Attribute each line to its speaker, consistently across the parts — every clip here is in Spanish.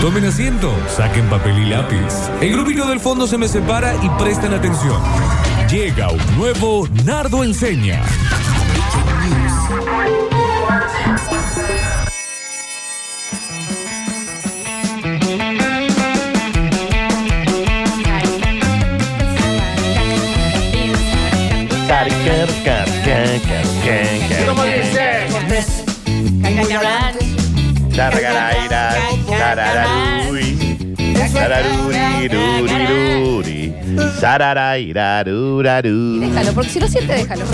Speaker 1: Tomen asiento, saquen papel y lápiz. El grupito del fondo se me separa y prestan atención. Llega un nuevo Nardo Enseña.
Speaker 2: Car, car, car, car, car, car, car. Taragaraira, tarararui, tararuriruri, sararairaruraru.
Speaker 3: Déjalo, porque si lo sientes, déjalo.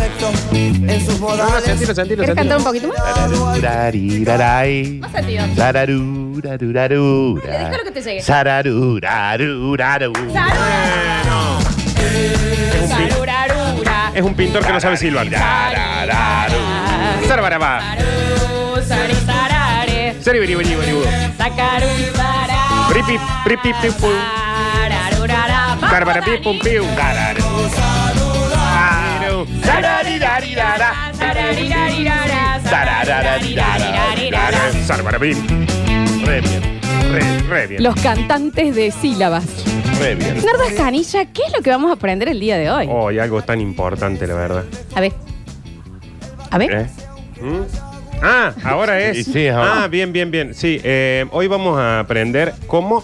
Speaker 3: ¿Quieres cantar un poquito más?
Speaker 2: Tararurarirarai,
Speaker 3: Más sentido.
Speaker 2: tararurarurarura,
Speaker 3: Dale, déjalo que te llegue.
Speaker 2: sararuraruraru.
Speaker 4: un pi-
Speaker 3: Sarurarura.
Speaker 4: Es un pintor que no sabe silbar.
Speaker 2: Tarariraru.
Speaker 4: Sarabarabá.
Speaker 3: Saru, saru, sarare.
Speaker 4: Saribiribiribiribu.
Speaker 3: Sacaru, sarare.
Speaker 4: Pripi, pripi, pipu.
Speaker 3: Sararurara. Vamos,
Speaker 4: Barbarapi, pum,
Speaker 3: Dani.
Speaker 4: piu. Tararu. Tararu. Sararirarirara.
Speaker 3: Sararirarirara, sararirarirara.
Speaker 4: Tarararirarirara. Sarbarabí. Re bien. Re, re bien.
Speaker 3: Los cantantes de sílabas.
Speaker 2: Re bien.
Speaker 3: Nardas Canilla, ¿qué es lo que vamos a aprender el día de hoy?
Speaker 4: Hoy Oh, algo tan importante, la verdad.
Speaker 3: A ver. A ver.
Speaker 2: ¿Eh?
Speaker 4: ¿Mm? Ah, ahora es.
Speaker 2: Sí, sí, ahora.
Speaker 4: Ah, bien, bien, bien. Sí, eh, hoy vamos a aprender cómo,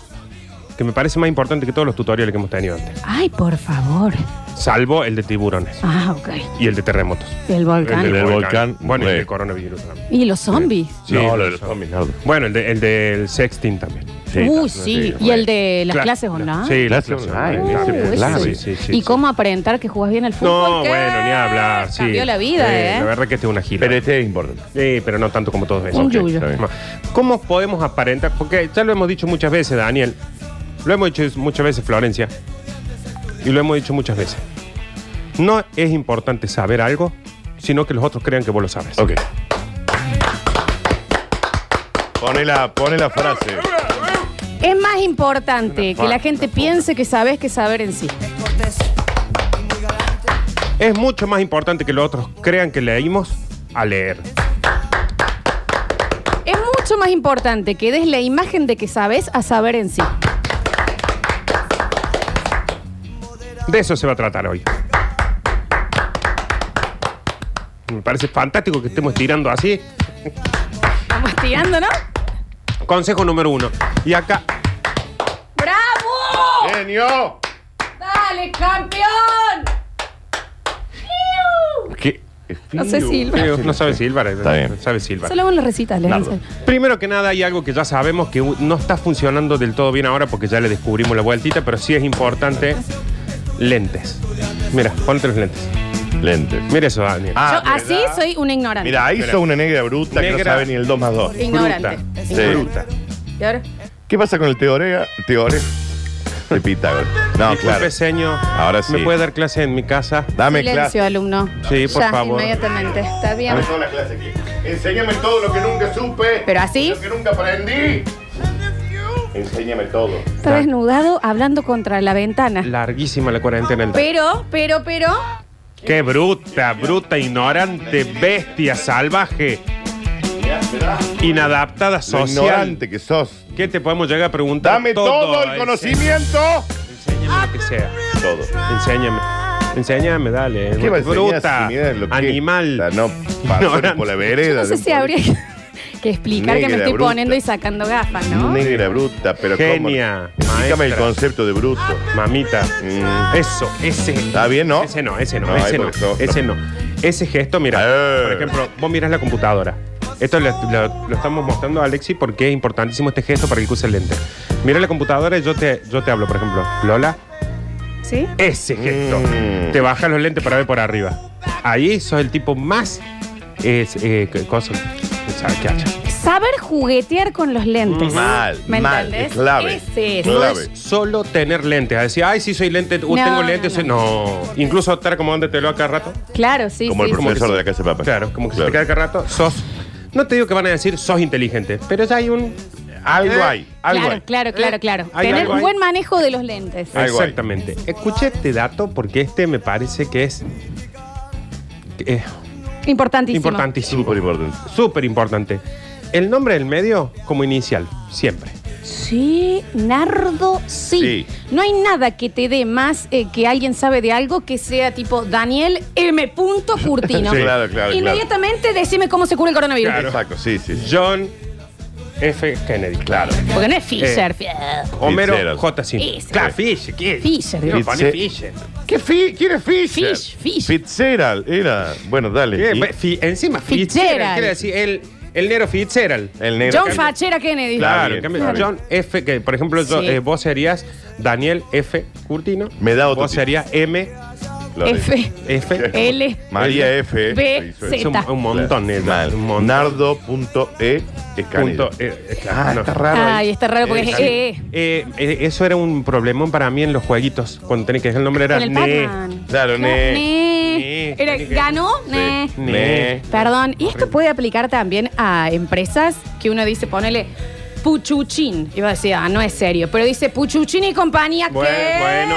Speaker 4: que me parece más importante que todos los tutoriales que hemos tenido antes,
Speaker 3: Ay, por favor.
Speaker 4: salvo el de tiburones
Speaker 3: Ah, ok.
Speaker 4: y el de terremotos.
Speaker 3: El volcán.
Speaker 2: El del volcán,
Speaker 4: Bueno, y el
Speaker 2: re.
Speaker 4: de coronavirus también.
Speaker 3: Y los zombies.
Speaker 4: Sí,
Speaker 2: no,
Speaker 4: no,
Speaker 2: lo de los
Speaker 4: son-
Speaker 2: zombies, Nardo.
Speaker 4: Bueno, el, de- el del sexting también.
Speaker 3: Uh, sí. Y el de las
Speaker 4: Cla-
Speaker 3: clases online.
Speaker 4: Sí, las
Speaker 2: Clases
Speaker 4: clases
Speaker 2: online,
Speaker 3: Uh,
Speaker 4: online.
Speaker 2: ese
Speaker 4: también.
Speaker 3: eso.
Speaker 2: plan.
Speaker 4: Sí, sí, sí,
Speaker 3: y
Speaker 4: sí.
Speaker 3: cómo aparentar que jugás bien el fútbol.
Speaker 4: No,
Speaker 3: ¿Qué?
Speaker 4: bueno, ni hablar. Sí.
Speaker 3: Cambió la vida,
Speaker 4: Sí,
Speaker 3: ¿eh?
Speaker 4: La verdad que este es una gira.
Speaker 2: Pero este es importante.
Speaker 4: Sí, pero no tanto como todos esos.
Speaker 3: Un
Speaker 2: Ok,
Speaker 3: yuyo.
Speaker 2: está bien.
Speaker 4: Bueno, ¿Cómo podemos aparentar? Porque ya lo hemos dicho muchas veces, Daniel. Lo hemos dicho muchas veces, Florencia. Y lo hemos dicho muchas veces. No es importante saber algo, sino que los otros crean que vos lo sabes.
Speaker 2: Ok. Pone la, pone la frase.
Speaker 3: Es más importante
Speaker 2: Una
Speaker 3: que la
Speaker 2: fan,
Speaker 3: gente
Speaker 2: una
Speaker 3: piense que sabes que saber en sí.
Speaker 4: Es mucho más importante que los otros crean que leímos a leer.
Speaker 3: Es mucho más importante que des la imagen de que sabes a saber en sí.
Speaker 4: De eso se va a tratar hoy. Me parece fantástico que estemos tirando así.
Speaker 3: Estamos tirando, ¿no?
Speaker 4: Consejo número uno. Y acá.
Speaker 3: ¡Bravo!
Speaker 2: ¡Genio!
Speaker 3: ¡Dale, campeón!
Speaker 2: ¿Qué?
Speaker 3: No sé si-
Speaker 4: eh, No sabe silbar.
Speaker 2: Está bien.
Speaker 4: No sabe silbar.
Speaker 3: Solo en los recitales.
Speaker 2: Nardo.
Speaker 3: ¿eh?
Speaker 4: Primero que nada hay algo que ya sabemos que no está funcionando del todo bien ahora porque ya le descubrimos la vueltita, pero sí es importante. Lentes. Mira, ponte los lentes.
Speaker 2: Lentes.
Speaker 4: Mira eso, Daniel.
Speaker 2: Ah,
Speaker 3: Yo así
Speaker 2: ¿verdad?
Speaker 3: soy una ignorante.
Speaker 2: Mira, ahí
Speaker 4: Mira.
Speaker 2: sos una negra bruta que no
Speaker 4: Negra.
Speaker 2: sabe ni el 2 más 2.
Speaker 3: Ignorante.
Speaker 4: Fruta.
Speaker 2: Sí.
Speaker 4: Fruta.
Speaker 3: ¿Y ahora?
Speaker 2: ¿Qué pasa con el teorega? Teore de Pitágoras. No,
Speaker 4: Disculpe,
Speaker 2: claro.
Speaker 4: señor.
Speaker 2: Ahora sí.
Speaker 4: ¿Me puede dar clase en mi casa?
Speaker 3: Silencio,
Speaker 2: Dame
Speaker 3: eh.
Speaker 2: clase.
Speaker 3: alumno.
Speaker 4: Sí, por
Speaker 3: Ya,
Speaker 4: favor.
Speaker 3: inmediatamente. Está bien.
Speaker 2: Dame toda la clase aquí. Enséñame todo lo que nunca supe.
Speaker 3: Pero así.
Speaker 2: Lo que nunca aprendí. Enséñame todo.
Speaker 3: Está
Speaker 4: Ya.
Speaker 3: desnudado hablando contra la ventana.
Speaker 4: Larguísima la cuarentena. el-
Speaker 3: Pero, pero, pero.
Speaker 4: Qué bruta, bruta, ignorante, bestia, salvaje, inadaptada,
Speaker 2: Lo
Speaker 4: social.
Speaker 2: ignorante que sos.
Speaker 4: ¿Qué te podemos llegar a preguntar?
Speaker 2: Dame todo el
Speaker 4: Enséñame
Speaker 2: conocimiento.
Speaker 4: Enséñame lo que sea.
Speaker 2: Todo.
Speaker 4: Enséñame. Enséñame, dale. eh.
Speaker 2: ¿Qué va a enseñar
Speaker 4: Bruta,
Speaker 2: si mirá lo que-
Speaker 4: animal.
Speaker 2: La No, pasó ni
Speaker 4: Ignorante.
Speaker 2: por la
Speaker 3: No
Speaker 2: vereda.
Speaker 3: sé
Speaker 2: de un
Speaker 3: si habría que- que explicar que me
Speaker 2: Negra,
Speaker 3: estoy
Speaker 2: bruta.
Speaker 3: poniendo y sacando gafas, ¿no?
Speaker 2: Negra bruta, pero
Speaker 4: Genia,
Speaker 2: ¿cómo? Explícame el
Speaker 4: maestra.
Speaker 2: concepto de bruto.
Speaker 3: Ah,
Speaker 4: Mamita. Eso, ese.
Speaker 2: Mm. ¿Está bien, no?
Speaker 4: Ese no, ese no,
Speaker 2: No, ahí
Speaker 4: ese no.
Speaker 2: porque sos-
Speaker 4: Ese no. Ese gesto, mira.
Speaker 2: Eh.
Speaker 4: Por ejemplo, vos mirás la computadora. Esto lo, lo- lo estamos mostrando a Alexi porque es importantísimo este gesto para que use el lente. Mira la computadora y yo te, yo te hablo, por ejemplo. Lola,
Speaker 3: ¿Sí?
Speaker 4: ese gesto.
Speaker 2: Mm.
Speaker 4: Te bajas los lentes para ver por arriba. Ahí sos el tipo más. Es, eh, que- cosa, o sea, que haya.
Speaker 3: Saber juguetear con los lentes.
Speaker 2: Mm. Mal,
Speaker 3: ¿Me
Speaker 2: mal,
Speaker 3: entendés?
Speaker 2: es clave,
Speaker 3: Ese es.
Speaker 4: No
Speaker 2: Clave.
Speaker 4: es solo tener lentes. A decir, ay, sí, soy lente, uh,
Speaker 3: No, no,
Speaker 4: tengo lentes.
Speaker 3: no.
Speaker 4: soy- No, Incluso estar acomodándotelo a cada rato.
Speaker 3: Claro, sí,
Speaker 2: Como el
Speaker 3: sí, sí.
Speaker 2: profesor de la casa de papá.
Speaker 4: Claro, como que
Speaker 2: Claro.
Speaker 4: se te queda a cada rato. Sos. No te digo que van a decir, sos inteligente. Pero ya hay un.
Speaker 2: Algo
Speaker 4: Eh,
Speaker 2: hay.
Speaker 4: algo hay.
Speaker 3: Claro, claro, claro,
Speaker 4: Eh,
Speaker 3: claro.
Speaker 4: hay
Speaker 3: Tener
Speaker 4: algo
Speaker 3: un
Speaker 4: ahí.
Speaker 3: buen manejo de los lentes.
Speaker 2: Ah, Algo hay.
Speaker 4: Exactamente. Escuché este dato porque este me parece que es. que es
Speaker 3: Importantísimo.
Speaker 4: importantísimo.
Speaker 2: Súper importante.
Speaker 4: Súper importante. El nombre del medio como inicial, siempre.
Speaker 3: Sí, Nardo, sí.
Speaker 2: Sí.
Speaker 3: No hay nada que te dé más eh, que alguien sabe de algo que sea tipo Daniel M. Curtino.
Speaker 2: Sí, claro, claro,
Speaker 3: Inmediatamente decime cómo se cura el coronavirus.
Speaker 4: Claro.
Speaker 2: Exacto, sí, sí. sí.
Speaker 4: John F. Kennedy. Claro.
Speaker 3: Porque no es
Speaker 2: Eh.
Speaker 3: Fisher. Fie-
Speaker 4: Homero
Speaker 2: Fitzgerald.
Speaker 4: J. Simpson.
Speaker 3: Fisher.
Speaker 4: Claro, Fisher. ¿Qué?
Speaker 3: Fisher,
Speaker 4: No,
Speaker 3: Dios.
Speaker 4: pone Fisher.
Speaker 2: ¿Qué fi ¿Quién es Fisher?
Speaker 3: Fish, Fish.
Speaker 2: Fitzgerald era. Bueno, dale.
Speaker 4: ¿Qué?
Speaker 2: ¿Y?
Speaker 4: Fe- Fi- encima,
Speaker 3: Fitzgerald.
Speaker 4: Fitzgerald. Quiere decir, el, el negro Fitzgerald.
Speaker 2: El negro.
Speaker 3: John
Speaker 2: que-
Speaker 3: Fachera Kennedy.
Speaker 4: Claro,
Speaker 2: Está bien,
Speaker 4: en cambio,
Speaker 2: está bien.
Speaker 4: John F. Que, por ejemplo, yo-
Speaker 3: Sí.
Speaker 4: eh, vos serías Daniel F. Curtino.
Speaker 2: Me da otro
Speaker 4: Vos
Speaker 2: tipo.
Speaker 4: serías M.
Speaker 2: Flores.
Speaker 3: F,
Speaker 4: F.
Speaker 3: L,
Speaker 2: María F.
Speaker 3: B,
Speaker 2: Sí,
Speaker 3: C.
Speaker 4: Es un, un montón, eh,
Speaker 2: Mal.
Speaker 4: Un montón.
Speaker 2: Nardo.e.
Speaker 4: Punto,
Speaker 2: Escanilla.
Speaker 4: eh, eh, claro,
Speaker 2: Ah,
Speaker 4: no.
Speaker 2: está raro. ahí.
Speaker 3: Ay, está raro porque es
Speaker 4: Sí.
Speaker 3: E.
Speaker 4: Eh, eh, eso era un problemón para mí en los jueguitos. Cuando tenés que dejar el nombre era
Speaker 3: En el
Speaker 4: Ne.
Speaker 3: Pac-Man.
Speaker 2: Claro, ne.
Speaker 3: ne.
Speaker 4: Ne.
Speaker 3: Era- ¿Ganó?
Speaker 4: E.
Speaker 3: Ne.
Speaker 2: Sí.
Speaker 4: Ne.
Speaker 3: Perdón, y esto puede aplicar también a empresas que uno dice, ponele puchuchín. Iba a decir, ah, no es serio, pero dice puchuchín y compañía
Speaker 4: Bueno,
Speaker 3: que...
Speaker 4: bueno.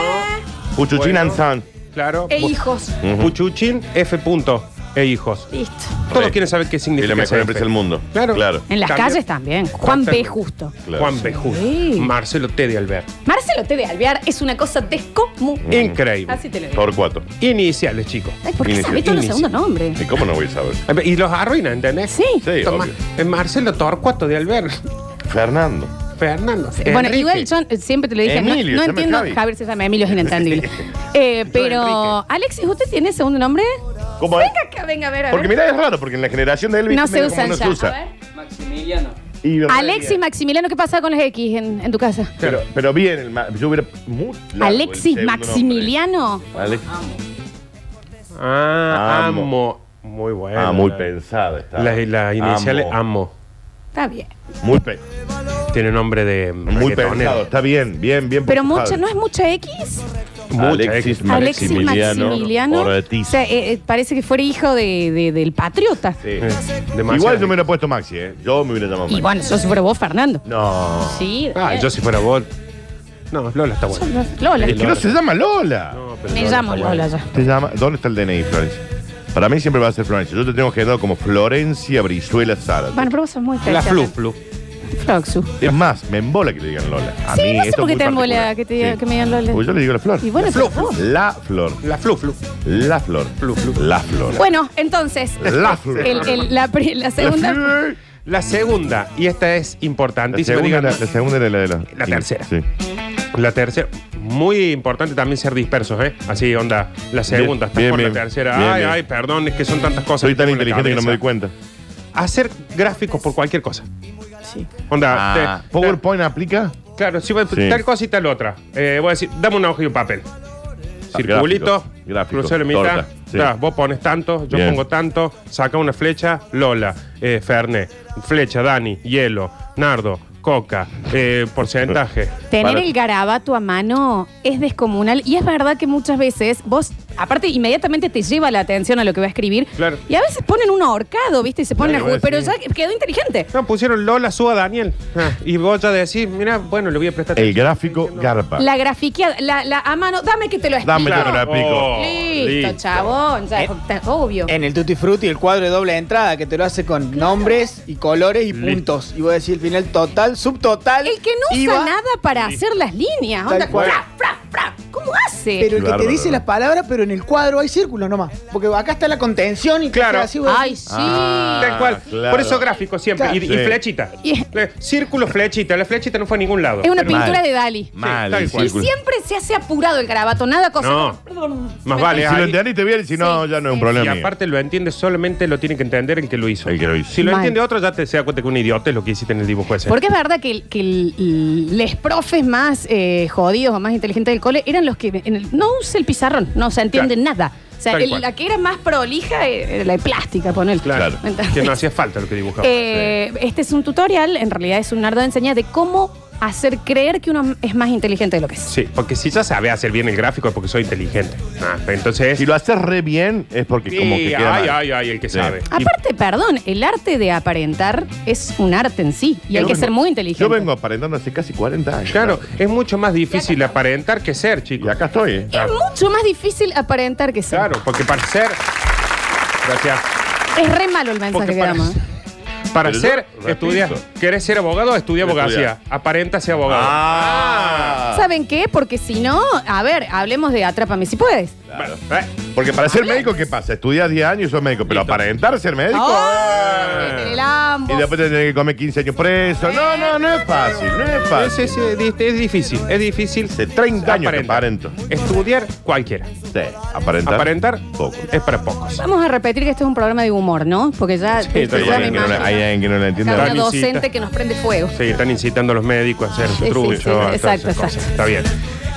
Speaker 2: Puchuchín
Speaker 4: Bueno.
Speaker 2: and Son.
Speaker 4: Claro.
Speaker 3: E
Speaker 4: Bu-
Speaker 3: hijos.
Speaker 2: Ujú.
Speaker 4: Puchuchín, F. Punto, e hijos.
Speaker 3: Listo.
Speaker 4: Todos
Speaker 2: Sí.
Speaker 4: quieren saber qué
Speaker 2: Y
Speaker 4: significa.
Speaker 2: la
Speaker 4: ese
Speaker 2: mejor
Speaker 4: F.
Speaker 2: empresa del mundo.
Speaker 4: Claro.
Speaker 2: Claro.
Speaker 3: En las
Speaker 4: Cambio.
Speaker 3: calles también. Juan B. Justo.
Speaker 2: Claro.
Speaker 4: Juan Bejú.
Speaker 3: Sí.
Speaker 4: Marcelo T. de Albert.
Speaker 3: Marcelo T. de Alvear es una cosa descomunal.
Speaker 4: Increíble.
Speaker 3: Así te lo digo.
Speaker 2: Torcuato.
Speaker 4: Iniciales, chicos.
Speaker 3: Ay, ¿Por qué
Speaker 2: Inicio.
Speaker 3: sabés todos los
Speaker 4: Inicio.
Speaker 3: segundos nombres?
Speaker 2: ¿Y cómo no voy a saber?
Speaker 4: Y los arruinan, ¿entendés?
Speaker 3: Sí.
Speaker 2: Sí,
Speaker 4: Toma,
Speaker 2: obvio.
Speaker 4: eh, Marcelo Torcuato de Albert.
Speaker 2: Fernando.
Speaker 4: Fernando.
Speaker 3: Bueno,
Speaker 4: Enrique.
Speaker 3: igual yo eh, siempre te lo dije, no-
Speaker 2: Emilio,
Speaker 3: no,
Speaker 2: se llama
Speaker 3: entiendo,
Speaker 2: Javi.
Speaker 3: Javier se llama Emilio, es inentendible. Eh, pero,
Speaker 4: Enrique.
Speaker 3: Alexis, ¿usted tiene segundo nombre?
Speaker 2: ¿Cómo es?
Speaker 3: Venga acá, venga, a ver, a
Speaker 2: Porque
Speaker 3: ver.
Speaker 2: mira, es raro, porque en la generación de Elvis
Speaker 3: No se
Speaker 2: medio como
Speaker 3: usan
Speaker 2: no
Speaker 3: ya.
Speaker 2: se usa.
Speaker 3: A ver.
Speaker 5: Maximiliano.
Speaker 2: Y-
Speaker 3: Alexis Maximiliano, ¿qué pasa con los X en, en tu casa?
Speaker 2: Pero, pero bien, el ma- yo hubiera. muy largo el
Speaker 3: Alexis
Speaker 2: segundo
Speaker 3: Maximiliano.
Speaker 2: nombre. Alex-
Speaker 4: Ah, amo.
Speaker 2: Amo.
Speaker 4: Muy bueno.
Speaker 2: Ah, muy
Speaker 4: La-
Speaker 2: pensada está.
Speaker 4: Las las iniciales amo.
Speaker 3: Está bien.
Speaker 2: Muy, pe-
Speaker 4: Tiene nombre de.
Speaker 2: muy
Speaker 4: reggaetonero.
Speaker 2: pensado, está bien, bien, bien. por
Speaker 3: Pero
Speaker 2: tu
Speaker 3: mucha,
Speaker 2: padre.
Speaker 3: ¿no es mucha X?
Speaker 4: Mucha
Speaker 2: Alexis
Speaker 4: X.
Speaker 3: Alexis
Speaker 2: Maximiliano
Speaker 3: Maximiliano.
Speaker 2: Ortiz.
Speaker 3: O sea, eh, eh, parece que fuera hijo de, de- del patriota.
Speaker 2: Sí.
Speaker 4: Eh, demasiado.
Speaker 2: Igual yo me hubiera puesto Maxi, ¿eh? Yo me hubiera llamado Maxi.
Speaker 3: Y bueno, yo si fuera vos, Fernando.
Speaker 2: No.
Speaker 3: Sí.
Speaker 4: Ah,
Speaker 3: eh,
Speaker 4: yo si fuera vos. No, Lola está buena.
Speaker 3: Lola.
Speaker 2: Es que no se llama Lola.
Speaker 4: No, pero
Speaker 3: Me
Speaker 4: Lola
Speaker 3: llamo
Speaker 4: está buena.
Speaker 3: Lola ya.
Speaker 2: Se llama, ¿Dónde está el DNI, Florencia? Para mí siempre va a ser Florencia. Yo te tengo que dar como Florencia Brizuela Sara.
Speaker 3: Bueno, pero vos sos muy
Speaker 4: La
Speaker 3: especial.
Speaker 4: Flu Flu.
Speaker 3: Floxu.
Speaker 2: Es más, me embola que le digan Lola. A
Speaker 3: Sí,
Speaker 2: mí
Speaker 3: no sé
Speaker 2: esto
Speaker 3: por qué
Speaker 2: es muy
Speaker 3: te embola
Speaker 2: particular.
Speaker 3: que te diga- que me digan Lola.
Speaker 2: Pues yo le digo la flor.
Speaker 3: Y bueno,
Speaker 2: la
Speaker 3: pero
Speaker 2: flor.
Speaker 3: vos.
Speaker 2: La flor.
Speaker 4: La Flu Flu.
Speaker 2: La flor.
Speaker 4: Flu, flu.
Speaker 2: La flor.
Speaker 3: Bueno, entonces.
Speaker 2: La flor.
Speaker 3: el- el- la, pri- la segunda.
Speaker 2: flor.
Speaker 4: La segunda, y esta es
Speaker 2: La
Speaker 4: importantísima.
Speaker 2: segunda, era,
Speaker 4: digamos.
Speaker 2: la segunda era la de la.
Speaker 4: La tercera.
Speaker 2: Sí.
Speaker 4: La tercera, muy importante también ser dispersos, ¿eh? Así, onda, la segunda, estás
Speaker 2: bien,
Speaker 4: por
Speaker 2: bien,
Speaker 4: la tercera.
Speaker 2: bien,
Speaker 4: ay,
Speaker 2: bien.
Speaker 4: ay, perdón, es que son tantas cosas.
Speaker 2: Soy
Speaker 4: que
Speaker 2: tan
Speaker 4: tengo en la
Speaker 2: inteligente que no me doy
Speaker 4: cabeza.
Speaker 2: cuenta.
Speaker 4: Hacer gráficos por cualquier cosa.
Speaker 3: Sí.
Speaker 4: Onda,
Speaker 2: Ah,
Speaker 4: te-
Speaker 2: ¿PowerPoint aplica?
Speaker 4: te- claro, si voy a
Speaker 2: Sí.
Speaker 4: tal cosa y tal otra. Eh, voy a decir, dame una hoja y un papel. Circulito,
Speaker 2: Ah, gráficos, gráficos,
Speaker 4: crucé la mitad.
Speaker 2: torta, sí.
Speaker 4: ya, vos pones tanto, yo
Speaker 2: Bien.
Speaker 4: pongo tanto, saca una flecha, Lola, eh, Ferne, flecha, Dani, hielo, Nardo, Coca, eh, porcentaje.
Speaker 3: Tener
Speaker 2: Para-
Speaker 3: el garabato a mano es descomunal y es verdad que muchas veces vos, aparte, inmediatamente te lleva la atención a lo que va a escribir.
Speaker 4: Claro.
Speaker 3: Y a veces ponen un ahorcado, ¿viste? Y se ponen a
Speaker 4: Claro,
Speaker 3: jugar,
Speaker 4: sí.
Speaker 3: pero ya quedó inteligente.
Speaker 4: No, pusieron Lola, suba Daniel. Ah, y vos ya decís, mira, bueno, le voy a prestar.
Speaker 2: El gráfico Garpa.
Speaker 3: La grafiqueada, la, la a mano, dame que te lo explico.
Speaker 2: Dame que te lo explico.
Speaker 4: Oh,
Speaker 3: Listo, chabón, ya,
Speaker 5: Eh,
Speaker 3: tan obvio.
Speaker 5: En el Tutti Frutti, el cuadro de doble entrada que te lo hace con nombres y colores y puntos. Y voy a decir el final total, subtotal.
Speaker 3: el que no usa
Speaker 5: IVA,
Speaker 3: nada para hacer las líneas.
Speaker 5: Tal
Speaker 3: Onda,
Speaker 5: cual.
Speaker 3: fra, fra, fra. ¿Cómo hace?
Speaker 5: Pero el que te
Speaker 2: Bárbaro.
Speaker 5: dice las palabras, pero en el cuadro hay círculos nomás. Porque acá está la contención y
Speaker 4: Claro.
Speaker 5: cosas así, voy a
Speaker 3: Ay,
Speaker 5: decir,
Speaker 3: sí.
Speaker 2: Ah.
Speaker 4: Tal cual.
Speaker 2: claro.
Speaker 4: Por eso gráfico siempre.
Speaker 5: Claro.
Speaker 4: Y, y
Speaker 2: Sí.
Speaker 4: flechita.
Speaker 3: Y-
Speaker 4: Le- Círculo, flechita. La flechita no fue a ningún lado.
Speaker 3: es una
Speaker 2: Mal.
Speaker 3: pintura de Dali.
Speaker 2: Mal.
Speaker 4: tal
Speaker 2: el
Speaker 4: cual.
Speaker 3: Y
Speaker 2: círculo.
Speaker 3: siempre se hace apurado el garabato, nada cosa.
Speaker 4: No. Más
Speaker 2: Y
Speaker 4: vale.
Speaker 2: si lo
Speaker 4: ahí.
Speaker 2: entendiste bien, si no, ya no es un
Speaker 4: Y
Speaker 2: problema. mío.
Speaker 4: aparte lo entiende, solamente lo tiene que entender el que lo hizo.
Speaker 2: El que lo hizo.
Speaker 4: Si lo
Speaker 3: Mal.
Speaker 4: entiende otro, ya te se da cuenta que un idiota es lo que hiciste en el dibujo ese.
Speaker 3: Porque es verdad que, que los profes más eh, jodidos o más inteligentes del cole eran los que en el- no usa el pizarrón, no se entiende
Speaker 4: Claro.
Speaker 3: nada. O sea,
Speaker 4: Tal
Speaker 3: el-
Speaker 4: cual.
Speaker 3: la que era más prolija eh, era la de plástica, ponele.
Speaker 4: Claro.
Speaker 3: ¿Me entendés?
Speaker 4: Que no hacía falta lo que dibujaba.
Speaker 3: Eh, Este es un tutorial, en realidad es un nardo de enseña de cómo hacer creer que uno es más inteligente de lo que es.
Speaker 4: Sí, porque si ya sabe hacer bien el gráfico es porque soy inteligente. Ah, entonces.
Speaker 2: Si lo haces re bien, es porque como que
Speaker 4: Sí,
Speaker 2: queda
Speaker 4: ay,
Speaker 2: mal.
Speaker 4: ay, ay, el que
Speaker 2: Sí.
Speaker 4: sabe. Y-
Speaker 3: Aparte, perdón, el arte de aparentar es un arte en sí y hay
Speaker 4: Yo
Speaker 3: que
Speaker 4: vengo-
Speaker 3: ser muy inteligente.
Speaker 2: Yo vengo aparentando hace casi 40 años.
Speaker 4: Claro, es mucho más difícil aparentar que ser,
Speaker 2: Y
Speaker 4: chicos.
Speaker 2: acá estoy. ¿eh?
Speaker 3: Es mucho más difícil aparentar que ser.
Speaker 4: Claro, porque para ser. Gracias.
Speaker 3: Es re malo el mensaje
Speaker 4: Porque
Speaker 3: que
Speaker 4: para,
Speaker 3: damos. ¿eh?
Speaker 4: Para
Speaker 2: Pero
Speaker 4: ser,
Speaker 2: yo, repito.
Speaker 4: estudia, ¿querés ser abogado?
Speaker 2: Estudia.
Speaker 4: Estudia abogacía. Aparenta ser abogado.
Speaker 2: Ah.
Speaker 3: ¿Saben qué? Porque si no, a ver, hablemos de Atrápame si puedes.
Speaker 2: Claro.
Speaker 4: Eh,
Speaker 2: Porque para ser médico, ¿qué pasa? Estudias 10 años y sos médico, pero
Speaker 4: Listo. Ah.
Speaker 2: aparentar ser médico.
Speaker 3: ¡Ay! Oh, En el ambos.
Speaker 2: Y después te tenés que comer 15 años preso. No, no, no es fácil, no es
Speaker 4: Es,
Speaker 2: fácil.
Speaker 4: es- es di- es difícil, es difícil.
Speaker 2: Hace 30 años que aparento.
Speaker 4: Estudiar cualquiera.
Speaker 2: Sí, aparentar.
Speaker 4: Aparentar
Speaker 2: Poco.
Speaker 4: es para pocos.
Speaker 3: Vamos a repetir que este es un programa de humor, ¿no? Porque ya, este,
Speaker 4: Sí,
Speaker 3: ya
Speaker 4: está
Speaker 2: Hay
Speaker 4: bien,
Speaker 3: me
Speaker 2: alguien que no la-
Speaker 3: imagino.
Speaker 2: hay alguien que no la entiende.
Speaker 3: Acá una
Speaker 4: Dani, sí,
Speaker 3: docente
Speaker 4: está-
Speaker 3: que nos prende fuego.
Speaker 4: Sí, están incitando a los médicos a hacer
Speaker 3: Sí, sí,
Speaker 4: trucho.
Speaker 3: sí, sí,
Speaker 4: a todas
Speaker 3: exacto,
Speaker 4: esas cosas.
Speaker 3: exacto.
Speaker 4: Está bien.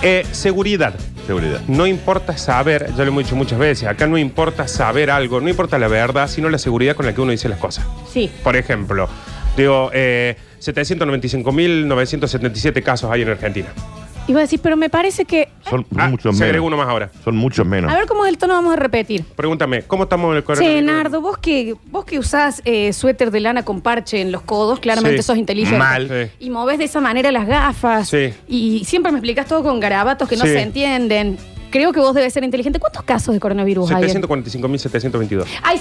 Speaker 4: Eh, seguridad.
Speaker 2: Seguridad.
Speaker 4: No importa saber, ya lo hemos dicho muchas veces, acá no importa saber algo, no importa la verdad, sino la seguridad con la que uno dice las cosas.
Speaker 3: Sí.
Speaker 4: Por ejemplo, digo, eh, 795.977 casos hay en Argentina.
Speaker 3: Iba a decir, pero me parece que.
Speaker 2: Son
Speaker 4: Ah,
Speaker 2: muchos
Speaker 4: se agrega
Speaker 2: menos.
Speaker 4: uno más ahora.
Speaker 2: Son muchos menos.
Speaker 3: A ver cómo es el tono, vamos a repetir.
Speaker 4: Pregúntame, ¿cómo estamos en el
Speaker 3: Che,
Speaker 4: coronavirus?
Speaker 3: Nardo, vos que, vos que usás eh, suéter de lana con parche en los codos, claramente
Speaker 4: Sí.
Speaker 3: sos inteligente.
Speaker 4: Mal. Sí.
Speaker 3: Y movés de esa manera las gafas.
Speaker 4: Sí.
Speaker 3: Y siempre me explicás todo con garabatos que no
Speaker 4: Sí.
Speaker 3: se entienden. Creo que vos debes ser inteligente. ¿Cuántos casos de coronavirus hay? en-
Speaker 4: 745.722.
Speaker 3: Hay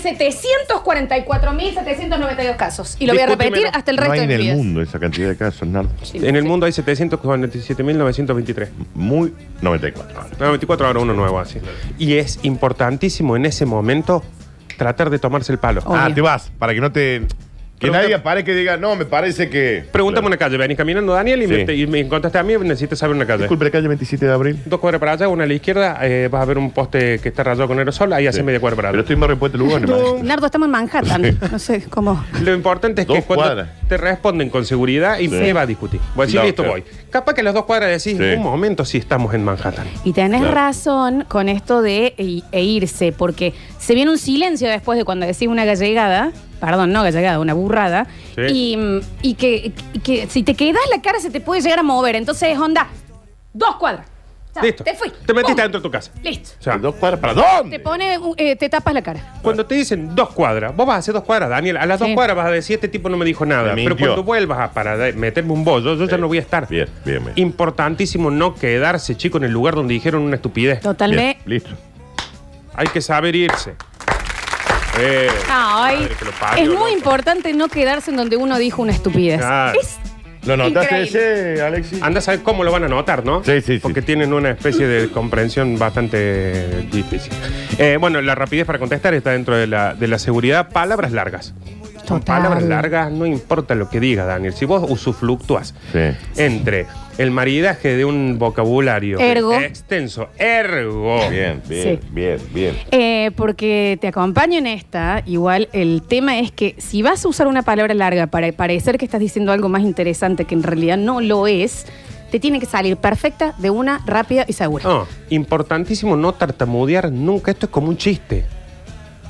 Speaker 3: 744.792 casos. Y lo voy a
Speaker 4: Discúlpeme,
Speaker 3: repetir
Speaker 4: no.
Speaker 3: hasta el
Speaker 2: No
Speaker 3: resto
Speaker 2: hay en
Speaker 3: de mi
Speaker 2: el
Speaker 3: vida.
Speaker 2: mundo esa cantidad de casos, Nardo.
Speaker 3: Sí,
Speaker 4: En el
Speaker 3: sí.
Speaker 4: mundo hay 747.923.
Speaker 2: Muy 94.
Speaker 4: 94 ahora uno nuevo así. Y es importantísimo en ese momento tratar de tomarse el palo.
Speaker 3: Obvio.
Speaker 2: Ah, te vas, para que no te. Que
Speaker 4: Pregunta-
Speaker 2: nadie pare que diga, no, me parece que.
Speaker 4: Pregúntame una calle, venís caminando Daniel y,
Speaker 2: Sí.
Speaker 4: me, te- y me encontraste a mí, necesitas saber una calle.
Speaker 2: Disculpe, la calle 27 de abril.
Speaker 4: Dos cuadras para allá, una a la izquierda, eh, vas a ver un poste que está rayado con aerosol, ahí hace
Speaker 2: Sí.
Speaker 4: media cuadra para
Speaker 2: Pero
Speaker 4: allá.
Speaker 2: estoy más repuesto lugar,
Speaker 3: Nardo, estamos en Manhattan. No sé cómo.
Speaker 4: Lo importante es que
Speaker 2: Dos
Speaker 4: cuando
Speaker 2: cuadras.
Speaker 4: te responden con seguridad y
Speaker 2: Sí.
Speaker 4: me va a discutir. Voy a decir,
Speaker 2: No,
Speaker 4: listo,
Speaker 2: claro.
Speaker 4: voy. Capaz que las dos cuadras decís,
Speaker 2: Sí.
Speaker 4: un momento si estamos en Manhattan.
Speaker 3: Y tenés
Speaker 2: Claro.
Speaker 3: razón con esto de e, e irse, porque se viene un silencio después de cuando decís una gallegada, perdón, no gallegada, una burrada,
Speaker 4: Sí.
Speaker 3: y, mm, y que, y que si te quedas la cara se te puede llegar a mover. Entonces, onda, dos cuadras. Ya,
Speaker 4: Listo.
Speaker 3: Te fui.
Speaker 4: Te metiste
Speaker 3: Pum.
Speaker 4: dentro de tu casa.
Speaker 3: Listo.
Speaker 4: O sea,
Speaker 2: ¿Dos cuadras para
Speaker 3: Te
Speaker 2: dónde?
Speaker 3: pone, un- eh, te tapas la cara.
Speaker 4: Cuando te dicen dos cuadras, vos vas a hacer dos cuadras, Daniel. A las
Speaker 3: Sí.
Speaker 4: dos cuadras vas a decir, este tipo no me dijo nada.
Speaker 2: Me
Speaker 4: Pero
Speaker 2: mintió.
Speaker 4: cuando vuelvas a para de- meterme un bollo, yo ya
Speaker 2: Sí.
Speaker 4: no voy a estar.
Speaker 2: Bien, bien, bien.
Speaker 4: Importantísimo no quedarse, chico, en el lugar donde dijeron una estupidez.
Speaker 3: Totalmente.
Speaker 2: Bien, Listo.
Speaker 4: Hay que saber irse. Eh,
Speaker 3: Ay,
Speaker 4: madre que lo parió,
Speaker 3: es muy
Speaker 4: loco.
Speaker 3: importante no quedarse en donde uno dijo una estupidez.
Speaker 4: Claro.
Speaker 3: Es-
Speaker 2: ¿Lo notaste
Speaker 3: Ah. Increíble.
Speaker 2: ese, Alexis?
Speaker 4: Anda a saber cómo lo van a notar, ¿no?
Speaker 2: Sí, sí, sí.
Speaker 4: Porque tienen una especie de comprensión bastante difícil. Eh, bueno, la rapidez para contestar está dentro de la, de la seguridad. Palabras largas. Con
Speaker 3: Total.
Speaker 4: palabras largas, no importa lo que digas, Daniel. Si vos usufructúas
Speaker 2: Sí.
Speaker 4: entre el maridaje de un vocabulario
Speaker 3: Ergo.
Speaker 4: extenso, ergo.
Speaker 2: Bien, bien,
Speaker 3: Sí.
Speaker 2: bien, bien.
Speaker 3: Eh, porque te acompaño en esta. Igual el tema es que si vas a usar una palabra larga para parecer que estás diciendo algo más interesante que en realidad no lo es, te tiene que salir perfecta de una, rápida y segura.
Speaker 4: No, importantísimo no tartamudear nunca. Esto es como un chiste.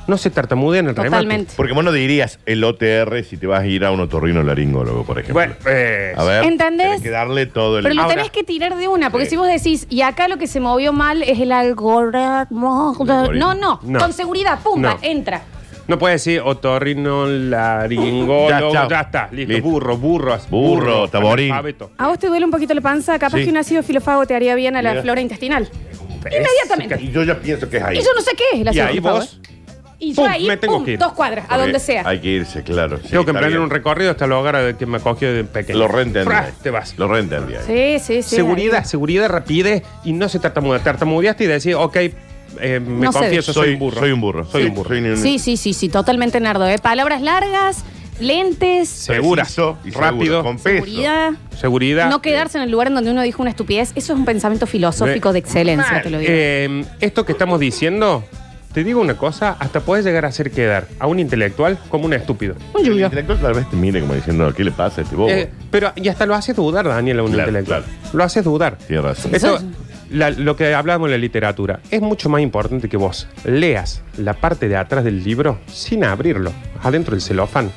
Speaker 4: No se tartamudea en el remate.
Speaker 3: Totalmente.
Speaker 2: Porque vos no dirías el OTR si te vas a ir a un otorrino laringólogo, por ejemplo.
Speaker 4: Bueno, eh,
Speaker 2: a ver.
Speaker 3: ¿Entendés?
Speaker 2: tenés que darle todo el. Ah,
Speaker 3: Pero lo
Speaker 4: Ahora-
Speaker 3: tenés que tirar de una, porque
Speaker 2: Sí.
Speaker 3: si vos decís, y acá lo que se movió mal es el algoritmo.
Speaker 2: El algoritmo.
Speaker 3: No, no,
Speaker 4: No.
Speaker 3: con seguridad, pumba,
Speaker 4: No.
Speaker 3: entra.
Speaker 4: No puede decir otorrinolaringólogo.
Speaker 2: Ya,
Speaker 4: ya,
Speaker 2: chao.
Speaker 4: está, listo.
Speaker 2: Listo.
Speaker 4: Burro, burros,
Speaker 2: Burro, taborín.
Speaker 4: analfabeto.
Speaker 3: ¿A vos te duele un poquito la panza? Capaz
Speaker 2: Sí.
Speaker 3: que un ácido filofago te haría bien a la
Speaker 2: Mira.
Speaker 3: flora intestinal. Inmediatamente.
Speaker 2: Y yo ya pienso que es ahí.
Speaker 3: Y yo no sé qué es el
Speaker 4: Y
Speaker 3: ácido
Speaker 4: ahí
Speaker 3: filofago,
Speaker 4: vos
Speaker 3: ¿eh? Y yo
Speaker 4: pum,
Speaker 3: ahí,
Speaker 4: me tengo
Speaker 3: pum,
Speaker 4: que ir.
Speaker 3: dos cuadras, a
Speaker 2: Porque
Speaker 3: donde sea.
Speaker 2: Hay que irse, claro. sí,
Speaker 4: Tengo que
Speaker 2: está
Speaker 4: emprender
Speaker 2: bien.
Speaker 4: un recorrido hasta el hogar de que me cogió de pequeño.
Speaker 2: Lo reentendí.
Speaker 4: Fras, Te vas.
Speaker 2: Lo reentendí. ahí.
Speaker 3: Sí, sí, sí.
Speaker 4: seguridad,
Speaker 3: ahí.
Speaker 4: seguridad, rapidez y no se tartamudea. Tartamudeaste y decís, ok, eh, me
Speaker 3: No se
Speaker 4: confieso, soy, un burro.
Speaker 2: Soy un burro.
Speaker 4: Soy un burro.
Speaker 2: Soy un-
Speaker 3: Sí, sí, sí, sí, totalmente nardo. ¿eh? Palabras largas, lentes,
Speaker 4: Segura.
Speaker 2: Preciso y
Speaker 4: rápido.
Speaker 2: seguro, con peso.
Speaker 3: seguridad.
Speaker 4: Seguridad.
Speaker 3: No quedarse en el lugar en donde uno dijo una estupidez. Eso es un pensamiento filosófico de excelencia, te lo digo.
Speaker 4: Eh, esto que estamos diciendo, te digo una cosa, hasta puedes llegar a hacer quedar a un intelectual como un estúpido.
Speaker 3: Un
Speaker 2: El
Speaker 3: lluvio.
Speaker 2: intelectual tal vez te mire como diciendo, ¿qué le pasa a este bobo?
Speaker 4: Eh, pero y hasta lo haces dudar, Daniel, a un
Speaker 2: Claro,
Speaker 4: intelectual.
Speaker 2: claro.
Speaker 4: Lo haces dudar.
Speaker 2: Tienes razón.
Speaker 4: Esto,
Speaker 3: Eso
Speaker 4: la- lo que hablábamos en la literatura, es mucho más importante que vos leas la parte de atrás del libro sin abrirlo, adentro del celofán,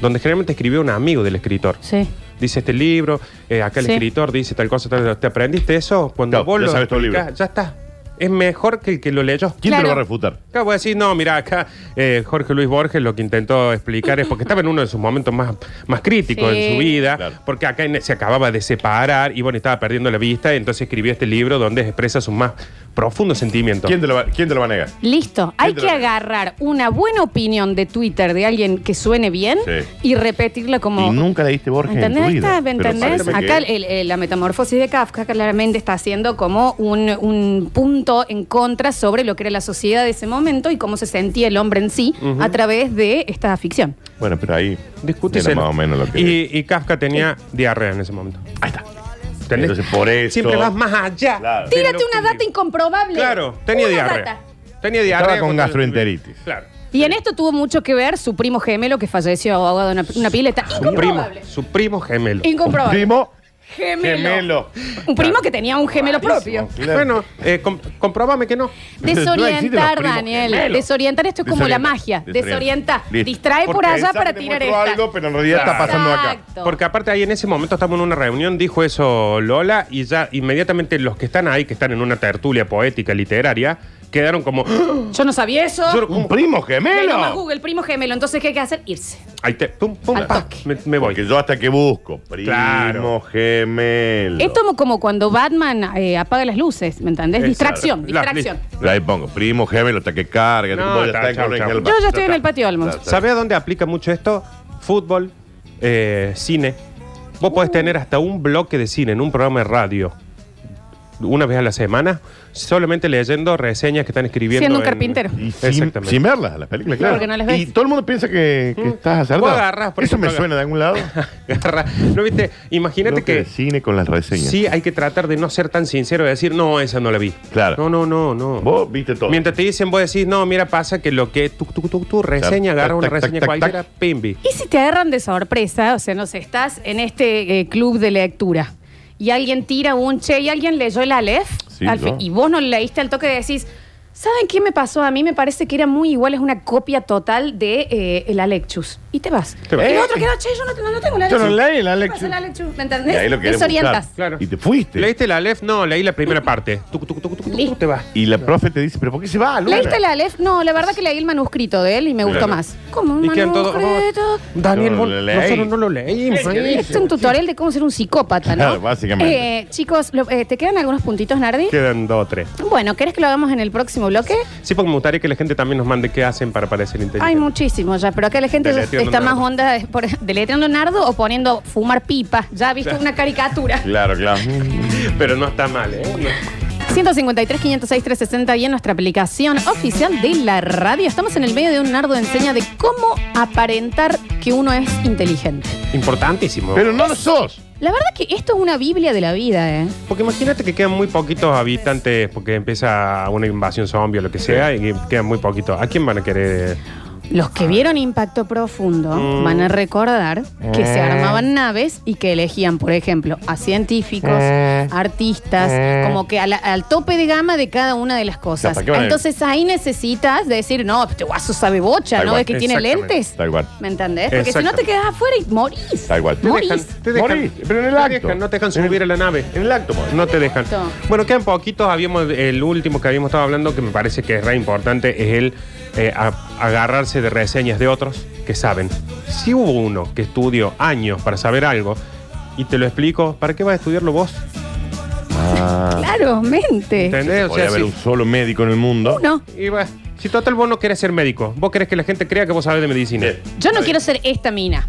Speaker 4: donde generalmente escribió un amigo del escritor.
Speaker 3: Sí.
Speaker 4: Dice este libro, eh, acá el
Speaker 3: Sí.
Speaker 4: escritor dice tal cosa, tal, ¿te aprendiste eso? Cuando
Speaker 2: Claro,
Speaker 4: vos
Speaker 2: ya
Speaker 4: lo
Speaker 2: sabes todo el
Speaker 4: explicás,
Speaker 2: libro.
Speaker 4: ya está. es mejor que el que lo leyó.
Speaker 2: ¿Quién te
Speaker 3: Claro.
Speaker 2: lo va a refutar?
Speaker 4: Acá voy a decir, no, mira, acá eh, Jorge Luis Borges lo que intentó explicar es porque estaba en uno de sus momentos más, más críticos
Speaker 3: Sí.
Speaker 4: en su vida,
Speaker 2: Claro.
Speaker 4: porque acá en- se acababa de separar y bueno, estaba perdiendo la vista, y entonces escribió este libro donde expresa sus más profundos sentimientos.
Speaker 2: ¿Quién te lo va, quién te lo va a negar?
Speaker 3: Listo, hay
Speaker 2: te
Speaker 3: que
Speaker 2: lo-
Speaker 3: agarrar una buena opinión de Twitter de alguien que suene bien
Speaker 2: Sí.
Speaker 3: y repetirla como...
Speaker 2: Y nunca leíste Borges en
Speaker 3: ¿Entendés?
Speaker 2: tu
Speaker 3: Ahí
Speaker 2: vida.
Speaker 3: está, ¿me
Speaker 2: Pero
Speaker 3: entendés?
Speaker 2: parece
Speaker 3: Acá
Speaker 2: que-
Speaker 3: el- eh, el- la metamorfosis de Kafka claramente está haciendo como un, un punto en contra sobre lo que era la sociedad de ese momento y cómo se sentía el hombre en sí a través de esta ficción.
Speaker 2: Bueno, pero ahí
Speaker 4: Discute
Speaker 2: era más o menos lo que...
Speaker 4: y, y Kafka tenía diarrea en ese momento.
Speaker 2: Ahí está.
Speaker 4: ¿Entendés?
Speaker 2: Entonces, por eso-
Speaker 4: Siempre vas más allá.
Speaker 2: Claro.
Speaker 4: de lo
Speaker 3: Tírate
Speaker 4: que-
Speaker 3: una data incomprobable.
Speaker 4: Claro, tenía
Speaker 3: Una
Speaker 4: diarrea.
Speaker 3: data.
Speaker 4: Tenía diarrea.
Speaker 2: con
Speaker 4: cuando-
Speaker 2: gastroenteritis.
Speaker 4: Claro.
Speaker 3: Y en esto tuvo mucho que ver su primo gemelo que falleció ahogado en una, una pileta.
Speaker 4: Su primo,
Speaker 3: Incomprobable.
Speaker 4: su primo gemelo.
Speaker 3: Incomprobable.
Speaker 2: Primo,
Speaker 3: gemelo.
Speaker 2: gemelo.
Speaker 3: Un primo que tenía un gemelo propio.
Speaker 2: Claro.
Speaker 4: Bueno, eh, com- comprobame que no.
Speaker 2: No existen los
Speaker 3: Desorientar,
Speaker 2: primos
Speaker 3: Daniel.
Speaker 2: gemelos.
Speaker 3: Desorientar, esto es como la
Speaker 2: Desorienta,
Speaker 3: magia.
Speaker 2: desorienta.
Speaker 3: Desorienta.
Speaker 2: Listo.
Speaker 3: Distrae por
Speaker 2: Porque
Speaker 3: allá
Speaker 2: pensás
Speaker 3: para
Speaker 2: que te
Speaker 3: tirar
Speaker 2: muestro
Speaker 3: esta.
Speaker 2: algo, pero en realidad está pasando acá.
Speaker 3: Exacto.
Speaker 4: Porque aparte ahí en ese momento estamos en una reunión, dijo eso Lola, y ya inmediatamente los que están ahí, que están en una tertulia poética, literaria, quedaron como... ¡Ah!
Speaker 3: Yo no sabía eso.
Speaker 4: Yo-
Speaker 2: Un primo
Speaker 3: Y ahí nomás
Speaker 2: gemelo.
Speaker 3: Google, primo gemelo. Entonces, ¿qué hay que hacer? Irse.
Speaker 4: Ahí te... Pum, pum,
Speaker 3: Al
Speaker 4: pa,
Speaker 3: toque.
Speaker 4: me, me voy.
Speaker 2: Porque yo hasta que busco. Primo
Speaker 4: Claro.
Speaker 2: gemelo.
Speaker 3: Esto es como cuando Batman eh, apaga las luces, ¿me entendés?
Speaker 4: Exacto.
Speaker 3: Distracción,
Speaker 4: La-
Speaker 3: distracción.
Speaker 4: listo.
Speaker 2: Ahí pongo, primo gemelo, hasta que carga.
Speaker 4: No,
Speaker 2: voy a
Speaker 4: está,
Speaker 2: estar
Speaker 4: chao,
Speaker 2: con el
Speaker 4: chao.
Speaker 2: gelba.
Speaker 3: Yo ya estoy en el patio Olmos.
Speaker 2: Claro.
Speaker 4: ¿Sabés a dónde aplica mucho esto? Fútbol, eh, cine. Vos
Speaker 3: Uh.
Speaker 4: podés tener hasta un bloque de cine en un programa de radio una vez a la semana, solamente leyendo reseñas que están escribiendo.
Speaker 3: Siendo un
Speaker 4: en-
Speaker 3: carpintero.
Speaker 2: Y sin,
Speaker 4: Exactamente.
Speaker 2: sin verlas, las películas,
Speaker 3: No,
Speaker 2: claro.
Speaker 3: porque no las
Speaker 2: Y
Speaker 3: ves.
Speaker 2: todo el mundo piensa que, que estás acertado.
Speaker 4: Vos agarrás, por
Speaker 2: Eso
Speaker 4: ejemplo,
Speaker 2: me suena de algún lado.
Speaker 4: Agarra- ¿No viste?
Speaker 2: Creo
Speaker 4: Imagínate
Speaker 2: que
Speaker 4: que
Speaker 2: de cine con las reseñas.
Speaker 4: sí hay que tratar de no ser tan sincero de decir, no, esa no la vi.
Speaker 2: Claro.
Speaker 4: No, no, no, no.
Speaker 2: Vos viste todo.
Speaker 4: Mientras te dicen, vos decís, no, mira, pasa que lo que tu, tu, tu, tu reseña,
Speaker 2: Claro.
Speaker 4: agarra una
Speaker 2: Tac, tac,
Speaker 4: reseña
Speaker 2: tac,
Speaker 4: cualquiera,
Speaker 2: tac.
Speaker 4: pimbi.
Speaker 3: ¿Y si te agarran de sorpresa? O sea, no sé, estás en este eh, club de lectura y alguien tira un che y alguien leyó el Aleph
Speaker 2: Sí,
Speaker 3: al fin,
Speaker 2: yo.
Speaker 3: y vos no leíste al toque decís, ¿saben qué me pasó? A mí me parece que era muy igual, es una copia total de eh, el Alexus. Y te vas.
Speaker 4: Te vas.
Speaker 3: Y el
Speaker 4: Eh.
Speaker 3: otro quedó, che, yo no, no- no tengo el
Speaker 5: Yo
Speaker 3: Alexus.
Speaker 5: no leí el
Speaker 3: ¿Qué
Speaker 5: Alexus.
Speaker 3: pasa el Alexus? ¿Me
Speaker 2: Y ahí lo
Speaker 3: entendés?
Speaker 2: querés
Speaker 3: Desorientas.
Speaker 2: buscar.
Speaker 4: Claro.
Speaker 2: Y te fuiste.
Speaker 4: ¿Leíste la Aleph? No, leí la primera parte. Tu, tu, tu, tu, tu, tu,
Speaker 3: Listo.
Speaker 4: te vas.
Speaker 2: Y la profe te dice, ¿pero por qué se va? Luna?
Speaker 3: ¿Leíste el Aleph? No, la verdad que leí el manuscrito de él y me gustó
Speaker 2: Claro.
Speaker 3: más. ¿Cómo un
Speaker 4: Y quedan todos. oh,
Speaker 3: manuscrito?
Speaker 4: Daniel,
Speaker 2: Yo no
Speaker 4: vos-
Speaker 2: lo leí.
Speaker 4: nosotros no lo leímos. ¿eh?
Speaker 3: Este es un tutorial de cómo ser un psicópata, ¿no?
Speaker 2: Claro, básicamente.
Speaker 3: Eh, chicos, lo- eh, ¿te quedan algunos puntitos, Nardi?
Speaker 4: Quedan dos o tres.
Speaker 3: Bueno, ¿querés que lo hagamos en el próximo bloque?
Speaker 4: Sí, porque me gustaría que la gente también nos mande qué hacen para parecer inteligente.
Speaker 3: Hay muchísimo ya, pero acá la gente ya
Speaker 4: Deleteando
Speaker 3: está más
Speaker 4: Nardo.
Speaker 3: onda de- por- deleteando Nardo o poniendo fumar pipa. Ya viste una caricatura.
Speaker 2: Claro, claro.
Speaker 4: Pero no está mal, ¿eh? No.
Speaker 3: 153, 506, 360 y en nuestra aplicación oficial de la radio. Estamos en el medio de un Nardo enseña de cómo aparentar que uno es inteligente.
Speaker 4: Importantísimo.
Speaker 2: Pero no lo sos.
Speaker 3: La verdad que esto es una biblia de la vida, ¿eh?
Speaker 4: Porque imagínate que quedan muy poquitos habitantes porque empieza una invasión zombie o lo que sea y quedan muy poquitos. ¿A quién van a querer?
Speaker 3: Los
Speaker 2: Ah.
Speaker 3: que vieron Impacto Profundo
Speaker 4: Mm.
Speaker 3: van a recordar que
Speaker 2: Eh.
Speaker 3: se armaban naves y que elegían, por ejemplo, a científicos,
Speaker 2: Eh.
Speaker 3: artistas, como que a la- al tope de gama de cada una de las cosas.
Speaker 2: Capaz que van a-
Speaker 3: Entonces ahí necesitas decir, no, este guaso sabe bocha,
Speaker 2: Tal
Speaker 3: ¿no?
Speaker 2: cual.
Speaker 3: ¿Ves que tiene
Speaker 4: Exactamente.
Speaker 3: lentes?
Speaker 2: Tal cual.
Speaker 3: ¿Me entendés? Porque si no te
Speaker 4: Exactamente.
Speaker 3: quedas afuera y morís.
Speaker 2: Tal cual.
Speaker 4: Te
Speaker 3: Morís.
Speaker 4: dejan, te dejan-
Speaker 2: Morís, pero en el
Speaker 4: te
Speaker 2: acto.
Speaker 4: dejan, no te dejan subir a la nave.
Speaker 2: En el acto, morís.
Speaker 4: No te dejan.
Speaker 3: acto.
Speaker 4: Bueno, quedan poquitos. Habíamos, el último que habíamos estado hablando, que me parece que es re importante, es el eh, a- agarrarse de reseñas de otros que saben. Si hubo uno que estudió años para saber algo y te lo explico, ¿para qué vas a estudiarlo vos?
Speaker 2: Ah.
Speaker 3: Claro, mente.
Speaker 4: ¿Entendés? O
Speaker 2: Podría
Speaker 4: sea,
Speaker 2: haber
Speaker 4: si-
Speaker 2: un solo médico en el mundo.
Speaker 3: Uno.
Speaker 4: y va- si total vos no querés ser médico, vos querés que la gente crea que vos sabes de medicina.
Speaker 2: Bien.
Speaker 3: Yo no quiero ser esta mina.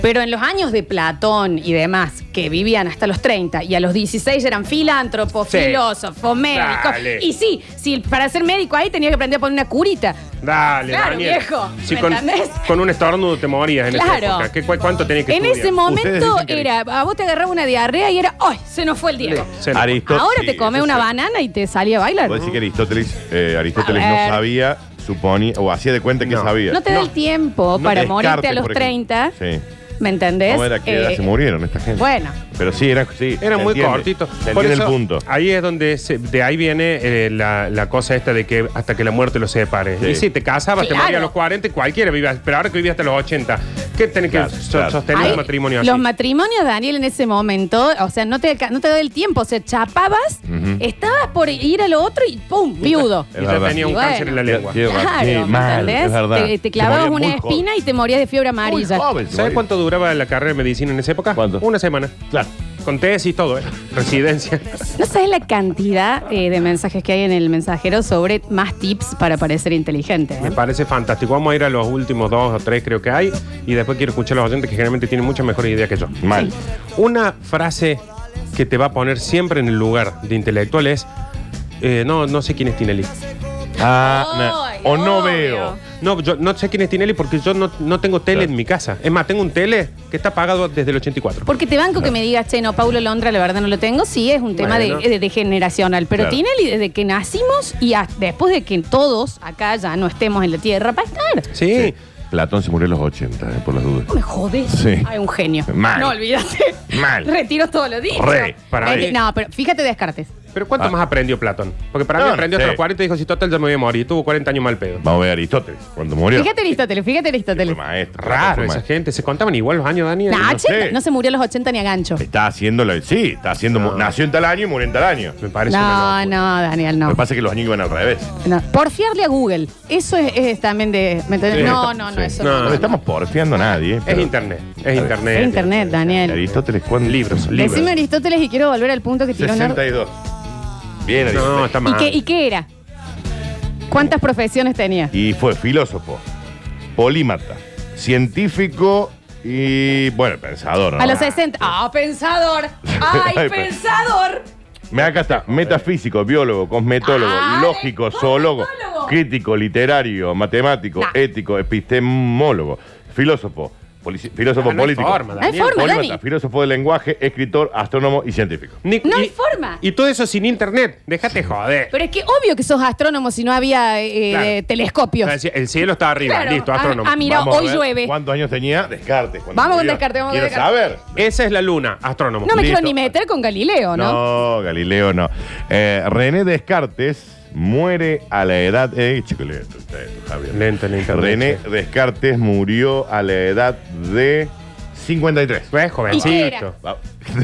Speaker 3: Pero en los años de Platón y demás, que vivían hasta los 30 y a los 16 eran filántropos,
Speaker 4: Sí.
Speaker 3: filósofos, médicos.
Speaker 4: Dale.
Speaker 3: Y sí, sí, para ser médico ahí tenía que aprender a poner una curita.
Speaker 4: Dale,
Speaker 3: Claro,
Speaker 4: Daniel.
Speaker 3: viejo.
Speaker 4: Si
Speaker 3: ¿Me
Speaker 4: con,
Speaker 3: entendés?
Speaker 4: con un estornudo te morías en esa
Speaker 3: Claro.
Speaker 4: época. ¿Qué, cu- ¿Cuánto tenés que
Speaker 3: en
Speaker 4: estudiar?
Speaker 3: ese momento
Speaker 2: dicen que-
Speaker 3: era, a vos te agarraba una diarrea y era, ¡ay! Se nos fue el Diego.
Speaker 4: Se-
Speaker 2: Aristo-
Speaker 3: Ahora
Speaker 2: sí,
Speaker 3: te come
Speaker 2: eso
Speaker 3: una
Speaker 2: sí.
Speaker 3: banana y te salía a bailar.
Speaker 2: Puedo decir que Aristóteles, eh, Aristóteles
Speaker 3: A
Speaker 2: no
Speaker 3: ver.
Speaker 2: sabía, suponía, o hacía de cuenta que
Speaker 4: No.
Speaker 2: sabía.
Speaker 3: No te da el tiempo para
Speaker 2: Descartes,
Speaker 3: morirte a los
Speaker 2: por ejemplo.
Speaker 3: 30.
Speaker 2: Sí.
Speaker 3: ¿Me entendés?
Speaker 2: ¿Cómo era que
Speaker 3: Eh,
Speaker 2: se murieron esta gente?
Speaker 3: Bueno,
Speaker 2: Pero sí, era, sí,
Speaker 4: Era
Speaker 2: se
Speaker 4: muy
Speaker 2: entiende.
Speaker 4: cortito.
Speaker 2: Se
Speaker 4: Por
Speaker 2: entiende
Speaker 4: eso,
Speaker 2: el punto.
Speaker 4: Ahí es donde se- de ahí viene eh, la, la cosa esta de que hasta que la muerte los separe.
Speaker 2: Sí.
Speaker 4: Y si te casabas, te
Speaker 3: Claro.
Speaker 4: morías a los 40 y cualquiera vivía. Pero ahora que vivías hasta los 80, ¿qué tenés
Speaker 2: Claro,
Speaker 4: que so-
Speaker 2: claro.
Speaker 4: sostener
Speaker 3: Ahí,
Speaker 4: un matrimonio así?
Speaker 3: Los matrimonios, Daniel, en ese momento, o sea, no te, alca- no te da el tiempo, o sea, chapabas, estabas por ir a lo otro y ¡pum! viudo.
Speaker 4: y ya
Speaker 2: verdad.
Speaker 4: tenía un
Speaker 3: Y bueno.
Speaker 4: cáncer en la lengua.
Speaker 2: Qué- qué
Speaker 3: Claro,
Speaker 2: qué
Speaker 3: ¿me
Speaker 2: mal,
Speaker 3: entendés?
Speaker 2: es verdad.
Speaker 3: Te, te
Speaker 2: Se
Speaker 3: clavabas
Speaker 2: moría
Speaker 3: una
Speaker 2: muy joven.
Speaker 3: espina y te morías de fiebre
Speaker 2: Muy
Speaker 3: amarilla.
Speaker 2: joven, se
Speaker 4: ¿Sabes
Speaker 2: moría.
Speaker 4: cuánto duraba la carrera de medicina en esa época?
Speaker 2: ¿Cuánto?
Speaker 4: Una semana.
Speaker 2: Claro.
Speaker 4: Con tesis y todo, ¿eh? Residencia.
Speaker 3: ¿No sabes la cantidad eh, de mensajes que hay en el mensajero sobre más tips para parecer inteligente?
Speaker 4: Me
Speaker 3: eh?
Speaker 4: parece fantástico. Vamos a ir a los últimos dos o tres, creo que hay. Y después quiero escuchar a los oyentes que generalmente tienen muchas mejores ideas que yo.
Speaker 2: Mal.
Speaker 4: Una frase que te va a poner siempre en el lugar de intelectual es: eh, No, no sé quién es Tinelli.
Speaker 2: Ah,
Speaker 3: Ay,
Speaker 2: no. O no
Speaker 3: obvio.
Speaker 2: veo.
Speaker 4: No, yo no sé quién es Tinelli porque yo no, no tengo tele
Speaker 2: Claro.
Speaker 4: en mi casa. Es más, tengo un tele que está pagado desde el 84.
Speaker 3: Porque te banco que me digas, che, no, Paulo Londra, la verdad no lo tengo. Sí, es un tema
Speaker 4: Bueno.
Speaker 3: de, de- de generacional. Pero
Speaker 2: Claro.
Speaker 3: tiene desde que nacimos y a- después de que todos acá ya no estemos en la tierra, va a estar.
Speaker 4: Sí.
Speaker 2: Platón se murió a los 80, eh, por las dudas.
Speaker 3: No me jodes.
Speaker 2: Sí.
Speaker 3: Hay un genio.
Speaker 2: Mal.
Speaker 3: No olvídate.
Speaker 2: Mal.
Speaker 3: Retiro todo lo dicho.
Speaker 2: Re,
Speaker 4: para
Speaker 3: Eh,
Speaker 4: mí.
Speaker 3: No, pero fíjate, descartes.
Speaker 4: Pero ¿cuánto
Speaker 2: Ah.
Speaker 4: más aprendió Platón? Porque para
Speaker 2: No,
Speaker 4: mí
Speaker 2: no
Speaker 4: aprendió
Speaker 2: sé.
Speaker 4: hasta los 40 y dijo: Si total, ya me voy a morir. Tuvo 40 años mal pedo.
Speaker 2: Vamos a ver Aristóteles, cuando murió.
Speaker 3: Fíjate Aristóteles, fíjate
Speaker 2: Fue
Speaker 3: Aristóteles.
Speaker 2: maestro.
Speaker 4: Raro
Speaker 2: fue
Speaker 4: esa
Speaker 2: maestro.
Speaker 4: gente. Se contaban igual los años, Daniel.
Speaker 3: Nah,
Speaker 2: no
Speaker 3: che,
Speaker 2: sé.
Speaker 3: no se murió a los 80 ni a gancho.
Speaker 2: Está haciéndolo, sí, está haciendo. mu- Nació en tal año y murió en tal año.
Speaker 4: Me parece una
Speaker 3: No,
Speaker 4: locura.
Speaker 3: no, Daniel,
Speaker 2: Lo
Speaker 3: no.
Speaker 2: que pasa es que los años iban al revés.
Speaker 3: No, Porfiarle a Google. Eso es, es también de. ¿me entendés?
Speaker 4: Sí.
Speaker 3: No, no, no,
Speaker 2: Sí.
Speaker 3: eso
Speaker 4: No,
Speaker 2: No,
Speaker 3: no.
Speaker 4: no.
Speaker 2: estamos porfiando a nadie.
Speaker 4: Es
Speaker 2: pero-
Speaker 4: internet, es internet.
Speaker 3: Es Internet, Daniel.
Speaker 2: Aristóteles, ¿cuántos libros?
Speaker 4: Libros.
Speaker 3: Decime Aristóteles y quiero volver al punto que tiró Nardo.
Speaker 2: 62. Bien, Aristóteles.
Speaker 4: No, está
Speaker 3: ¿Y
Speaker 4: mal.
Speaker 3: qué, ¿Y qué era? ¿Cuántas profesiones tenía?
Speaker 2: Y fue filósofo, polímata, científico y, bueno, pensador. ¿no?
Speaker 3: A los 60. ¡Ah, pensador!
Speaker 2: Ay,
Speaker 3: ¡Ay,
Speaker 2: pues.
Speaker 3: pensador!
Speaker 2: Me acá está, metafísico, biólogo, cosmetólogo,
Speaker 3: Ah,
Speaker 2: lógico,
Speaker 3: cosmetólogo.
Speaker 2: zoólogo, crítico, literario, matemático,
Speaker 3: Nah.
Speaker 2: ético, epistemólogo, filósofo, polici- filósofo
Speaker 4: Ah, no hay
Speaker 2: político.
Speaker 4: forma, Daniel.
Speaker 3: Hay forma.
Speaker 2: polímata,
Speaker 3: Dani.
Speaker 2: filósofo del lenguaje, escritor, astrónomo y científico.
Speaker 4: Ni-
Speaker 3: No
Speaker 4: y-
Speaker 3: hay forma.
Speaker 4: Y todo eso sin internet. Déjate joder.
Speaker 3: Pero es que obvio que sos astrónomo si no había eh,
Speaker 4: Claro.
Speaker 3: eh, telescopios.
Speaker 4: O sea, El cielo está arriba,
Speaker 3: Claro,
Speaker 4: listo,
Speaker 3: ah,
Speaker 4: astrónomo.
Speaker 3: ah, mira. Mirá,
Speaker 2: Vamos a
Speaker 3: hoy
Speaker 2: ver
Speaker 3: llueve.
Speaker 2: ¿Cuántos años tenía? Descartes. cuando
Speaker 3: Vamos con
Speaker 2: murió.
Speaker 3: Descartes, vamos con
Speaker 2: Quiero
Speaker 3: Descartes.
Speaker 2: saber.
Speaker 4: Esa es la luna, astrónomo.
Speaker 3: No me
Speaker 2: Listo.
Speaker 3: quiero ni meter con Galileo, ¿no?
Speaker 2: No, Galileo no. Eh, René Descartes muere a la edad. Eh, chico, lento, lento, Javier.
Speaker 4: Lento el internet,
Speaker 2: René
Speaker 4: sí.
Speaker 2: Descartes murió a la edad de
Speaker 3: ¿Y
Speaker 2: 53.
Speaker 4: Ves,
Speaker 3: qué era?
Speaker 4: jovencito.
Speaker 2: Va-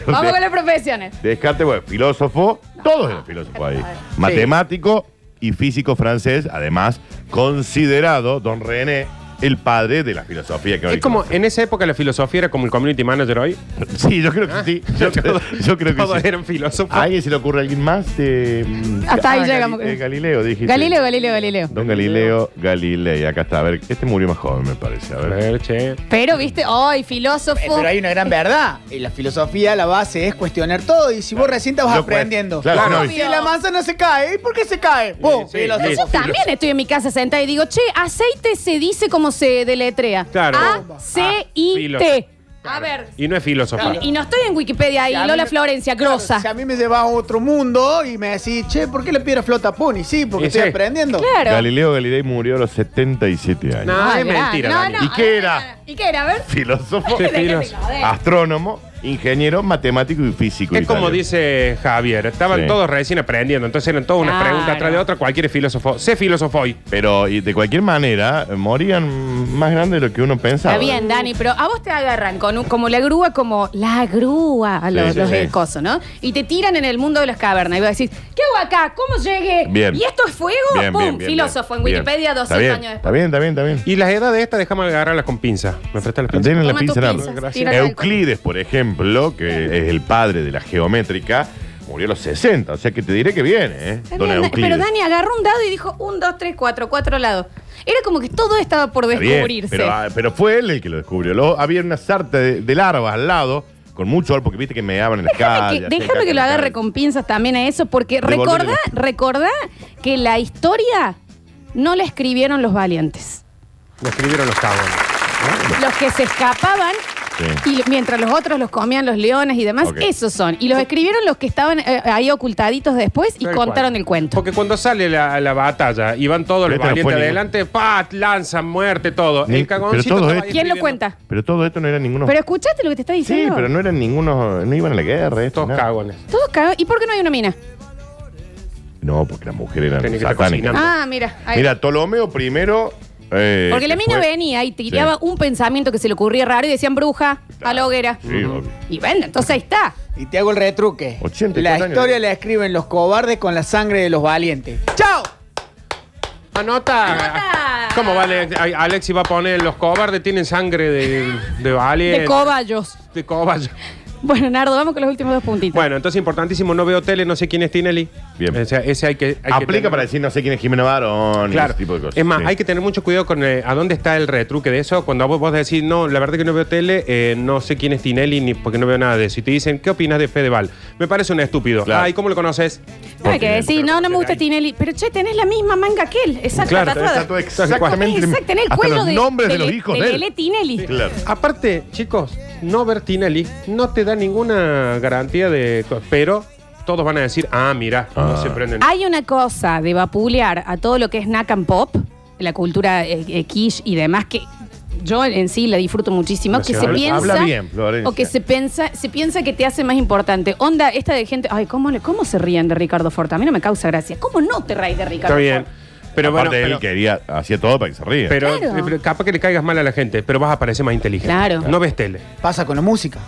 Speaker 3: Vamos con las profesiones.
Speaker 2: Descartes, bueno, filósofo, todos eran filósofos ahí. Matemático y físico francés, además, considerado, don René, el padre de la filosofía que hoy
Speaker 4: Es como, en esa época la filosofía era como el community manager hoy.
Speaker 2: conocemos. Sí, yo creo
Speaker 4: Ah,
Speaker 2: que sí. Yo, creo- yo creo que sí.
Speaker 4: Todos eran filósofos.
Speaker 2: ¿A alguien se le ocurre a alguien más? Eh,
Speaker 3: Hasta ahí
Speaker 2: Gali-
Speaker 3: llegamos.
Speaker 2: eh, Galileo, dijiste.
Speaker 3: Galileo, Galileo, Galileo.
Speaker 2: Don Galileo Galilei, acá está. A ver, este murió más joven, me parece. A
Speaker 4: A
Speaker 2: ver.
Speaker 4: ver, che.
Speaker 3: Pero, viste, hoy, filósofo.
Speaker 5: Eh, Pero hay una gran verdad. Y la filosofía, la base es cuestionar todo. Y si vos recién te vas
Speaker 2: Lo cuest-
Speaker 5: aprendiendo.
Speaker 2: claro,
Speaker 5: Claro,
Speaker 2: no,
Speaker 5: si la manzana se cae, ¿y por qué se cae? Vos,
Speaker 4: sí,
Speaker 5: filósofo.
Speaker 3: Yo también estoy en mi casa sentada y digo, che, aceite se dice como se deletrea.
Speaker 4: Claro.
Speaker 3: A, C, I,
Speaker 4: Ah,
Speaker 3: T.
Speaker 4: filo.
Speaker 3: A ver.
Speaker 4: Y no es filósofo.
Speaker 3: Y, y no estoy en Wikipedia ahí,
Speaker 5: Si a mí
Speaker 3: Lola
Speaker 5: me-
Speaker 3: Florencia,
Speaker 5: Claro,
Speaker 3: grosa.
Speaker 5: Si a mí me llevas a otro mundo y me decís, che, ¿por qué la piedra flota Puni? Sí, porque
Speaker 4: Y
Speaker 5: estoy
Speaker 4: sí.
Speaker 5: aprendiendo.
Speaker 3: Claro.
Speaker 2: Galileo Galilei murió a los 77 años.
Speaker 4: No.
Speaker 3: Ah,
Speaker 4: es
Speaker 3: mirá,
Speaker 4: mentira,
Speaker 3: no,
Speaker 4: Daniel.
Speaker 3: no,
Speaker 2: ¿Y qué
Speaker 3: a ver,
Speaker 2: era?
Speaker 3: a ver, ¿Y qué era? A ver.
Speaker 2: Filósofo,
Speaker 4: Sí,
Speaker 3: Déjate
Speaker 4: filósofo.
Speaker 3: joder.
Speaker 2: astrónomo, ingeniero, matemático y físico.
Speaker 4: Es como
Speaker 2: italiano.
Speaker 4: dice Javier, estaban
Speaker 2: Sí.
Speaker 4: todos recién aprendiendo, entonces eran todas unas
Speaker 3: Claro.
Speaker 4: preguntas atrás de otra, cualquier filósofo. Sé filósofo hoy.
Speaker 2: Pero y de cualquier manera, morían más grande de lo que uno pensaba.
Speaker 3: Está bien, Dani, pero a vos te agarran con un- como la grúa, como la grúa, a los,
Speaker 2: sí,
Speaker 3: los
Speaker 2: sí.
Speaker 3: del coso, ¿no? Y te tiran en el mundo de las cavernas y vos decís, ¿qué hago acá? ¿Cómo llegué?
Speaker 2: Bien.
Speaker 3: ¿Y esto es fuego?
Speaker 2: Bien,
Speaker 3: ¡Pum!
Speaker 2: bien, bien,
Speaker 3: Filósofo
Speaker 2: bien.
Speaker 3: en Wikipedia,
Speaker 2: Bien.
Speaker 3: 200
Speaker 2: Está bien,
Speaker 3: años después.
Speaker 2: Está bien, está bien, está bien.
Speaker 4: Y las edades estas, déjame agarrarlas con pinza. ¿Me prestas las pinzas?
Speaker 2: Denle la
Speaker 3: Toma tus
Speaker 2: pinza Nardo.
Speaker 3: pinzas,
Speaker 4: Gracias.
Speaker 3: tira el alcohol.
Speaker 2: Euclides, por ejemplo, que es el padre de la geométrica, murió a los 60. O sea que te diré que viene, ¿eh?
Speaker 3: Está
Speaker 2: Don
Speaker 3: bien,
Speaker 2: Euclides.
Speaker 3: pero Dani agarró un dado y dijo un, dos, tres, cuatro, cuatro lados. Era como que todo estaba por
Speaker 2: Está bien,
Speaker 3: descubrirse.
Speaker 2: pero, ah, pero fue él el que lo descubrió. Luego había una sarta de, de larvas al lado, con mucho olor, porque viste que me daban en las
Speaker 3: Déjame
Speaker 2: calles.
Speaker 3: que,
Speaker 2: hacían
Speaker 3: déjame
Speaker 2: caca
Speaker 3: que
Speaker 2: en
Speaker 3: lo
Speaker 2: la
Speaker 3: haga
Speaker 2: calle.
Speaker 3: recompensas también a eso, porque
Speaker 2: Devolverle
Speaker 3: recordá, recordá que la historia no la escribieron los valientes.
Speaker 4: Lo escribieron los cabos.
Speaker 3: Los que se escapaban
Speaker 2: Sí. Eh,
Speaker 3: Y mientras los otros los comían los leones y demás,
Speaker 2: Ok.
Speaker 3: esos son. Y los escribieron los que estaban eh, ahí ocultaditos después y
Speaker 4: Tal
Speaker 3: contaron
Speaker 4: cual.
Speaker 3: el cuento.
Speaker 4: Porque cuando sale la, la batalla y van todos los
Speaker 2: Pero este no
Speaker 4: valientes
Speaker 2: fue ninguno.
Speaker 4: adelante, ¡pat! Lanzan, muerte, todo.
Speaker 2: Ni-
Speaker 4: el cagoncito.
Speaker 2: pero todo
Speaker 4: estaba
Speaker 2: es-
Speaker 4: ahí
Speaker 3: ¿Quién lo
Speaker 4: escribiendo.
Speaker 3: cuenta?
Speaker 2: Pero todo esto no era ninguno.
Speaker 3: Pero escuchaste lo que te está
Speaker 2: sí,
Speaker 3: diciendo.
Speaker 2: pero no eran ninguno. No iban a la guerra. Esto,
Speaker 4: Todos
Speaker 2: nada.
Speaker 4: cagones.
Speaker 3: Todos cagados. ¿Y por qué no hay una mina?
Speaker 2: No, porque las mujeres eran
Speaker 4: Tenía que estar
Speaker 2: satánicas.
Speaker 4: cocinando.
Speaker 3: Ah, mira. ahí
Speaker 2: Mira, Ptolomeo primero. eh,
Speaker 3: Porque la
Speaker 2: que
Speaker 3: mina
Speaker 2: fue-
Speaker 3: venía y tiraba
Speaker 2: Sí.
Speaker 3: un pensamiento que se le ocurría raro y decían bruja, a la hoguera.
Speaker 2: Sí, obvio.
Speaker 3: Y bueno, entonces ahí está.
Speaker 5: Y te hago el retruque.
Speaker 2: 84
Speaker 5: La
Speaker 2: años.
Speaker 5: historia la escriben los cobardes con la sangre de los valientes. ¡Chao!
Speaker 4: Anota.
Speaker 3: Anota.
Speaker 4: ¿Cómo va Alex? Ay, Alexis va a poner los cobardes tienen sangre de, de valiente.
Speaker 3: De cobayos.
Speaker 4: De cobayos.
Speaker 3: Bueno, Nardo, vamos con los últimos dos puntitos.
Speaker 4: Bueno, entonces importantísimo, no veo tele, no sé quién es Tinelli.
Speaker 2: Bien.
Speaker 4: O sea, ese hay que. hay que
Speaker 2: Aplica
Speaker 4: tener-
Speaker 2: para decir no sé quién es Jimena Barón. y
Speaker 4: Claro.
Speaker 2: ese tipo de cosas.
Speaker 4: Es más,
Speaker 2: Sí.
Speaker 4: hay que tener mucho cuidado con eh, a dónde está el retruque de eso. Cuando vos, vos decís, no, la verdad que no veo tele, eh, no sé quién es Tinelli ni porque no veo nada de eso. Y te dicen, ¿qué opinas de Fedeval? Me parece un estúpido.
Speaker 2: Claro.
Speaker 4: Ay, ¿cómo lo conoces?
Speaker 3: no hay que decir, no, no me gusta
Speaker 4: Ahí.
Speaker 3: Tinelli. Pero che, tenés la misma manga que él. Exacto,
Speaker 4: Claro,
Speaker 2: Está tatuado exactamente.
Speaker 3: Exacto, tenés el
Speaker 2: hasta
Speaker 3: cuello
Speaker 2: los
Speaker 3: de,
Speaker 2: nombres de, los
Speaker 3: Le-
Speaker 2: hijos
Speaker 3: de
Speaker 2: de, él.
Speaker 3: Lele Tinelli.
Speaker 2: Claro.
Speaker 4: Aparte, chicos, no ver Tinelli no te da ninguna garantía de. Pero todos van a decir, ah, mira, no
Speaker 2: Ah.
Speaker 4: se prenden.
Speaker 3: Hay una cosa de vapulear a todo lo que es Nack and Pop, la cultura eh, eh, quiche y demás, que yo en sí la disfruto muchísimo, que se
Speaker 4: Habla-
Speaker 3: piensa.
Speaker 2: habla bien, Florencia.
Speaker 3: O que se piensa, se piensa que te hace más importante. Onda, esta de gente. Ay, ¿cómo, le, ¿cómo se ríen de Ricardo Forte? A mí no me causa gracia. ¿Cómo no te reís de Ricardo
Speaker 4: Está bien.
Speaker 3: Forte?
Speaker 4: Pero bueno,
Speaker 2: Aparte, él
Speaker 4: pero-
Speaker 2: quería, hacía todo para que se ría.
Speaker 4: pero, eh,
Speaker 3: Claro.
Speaker 4: pero capaz que le caigas mal a la gente, pero vas a parecer más inteligente.
Speaker 3: Claro.
Speaker 4: No ves tele.
Speaker 5: Pasa con la música.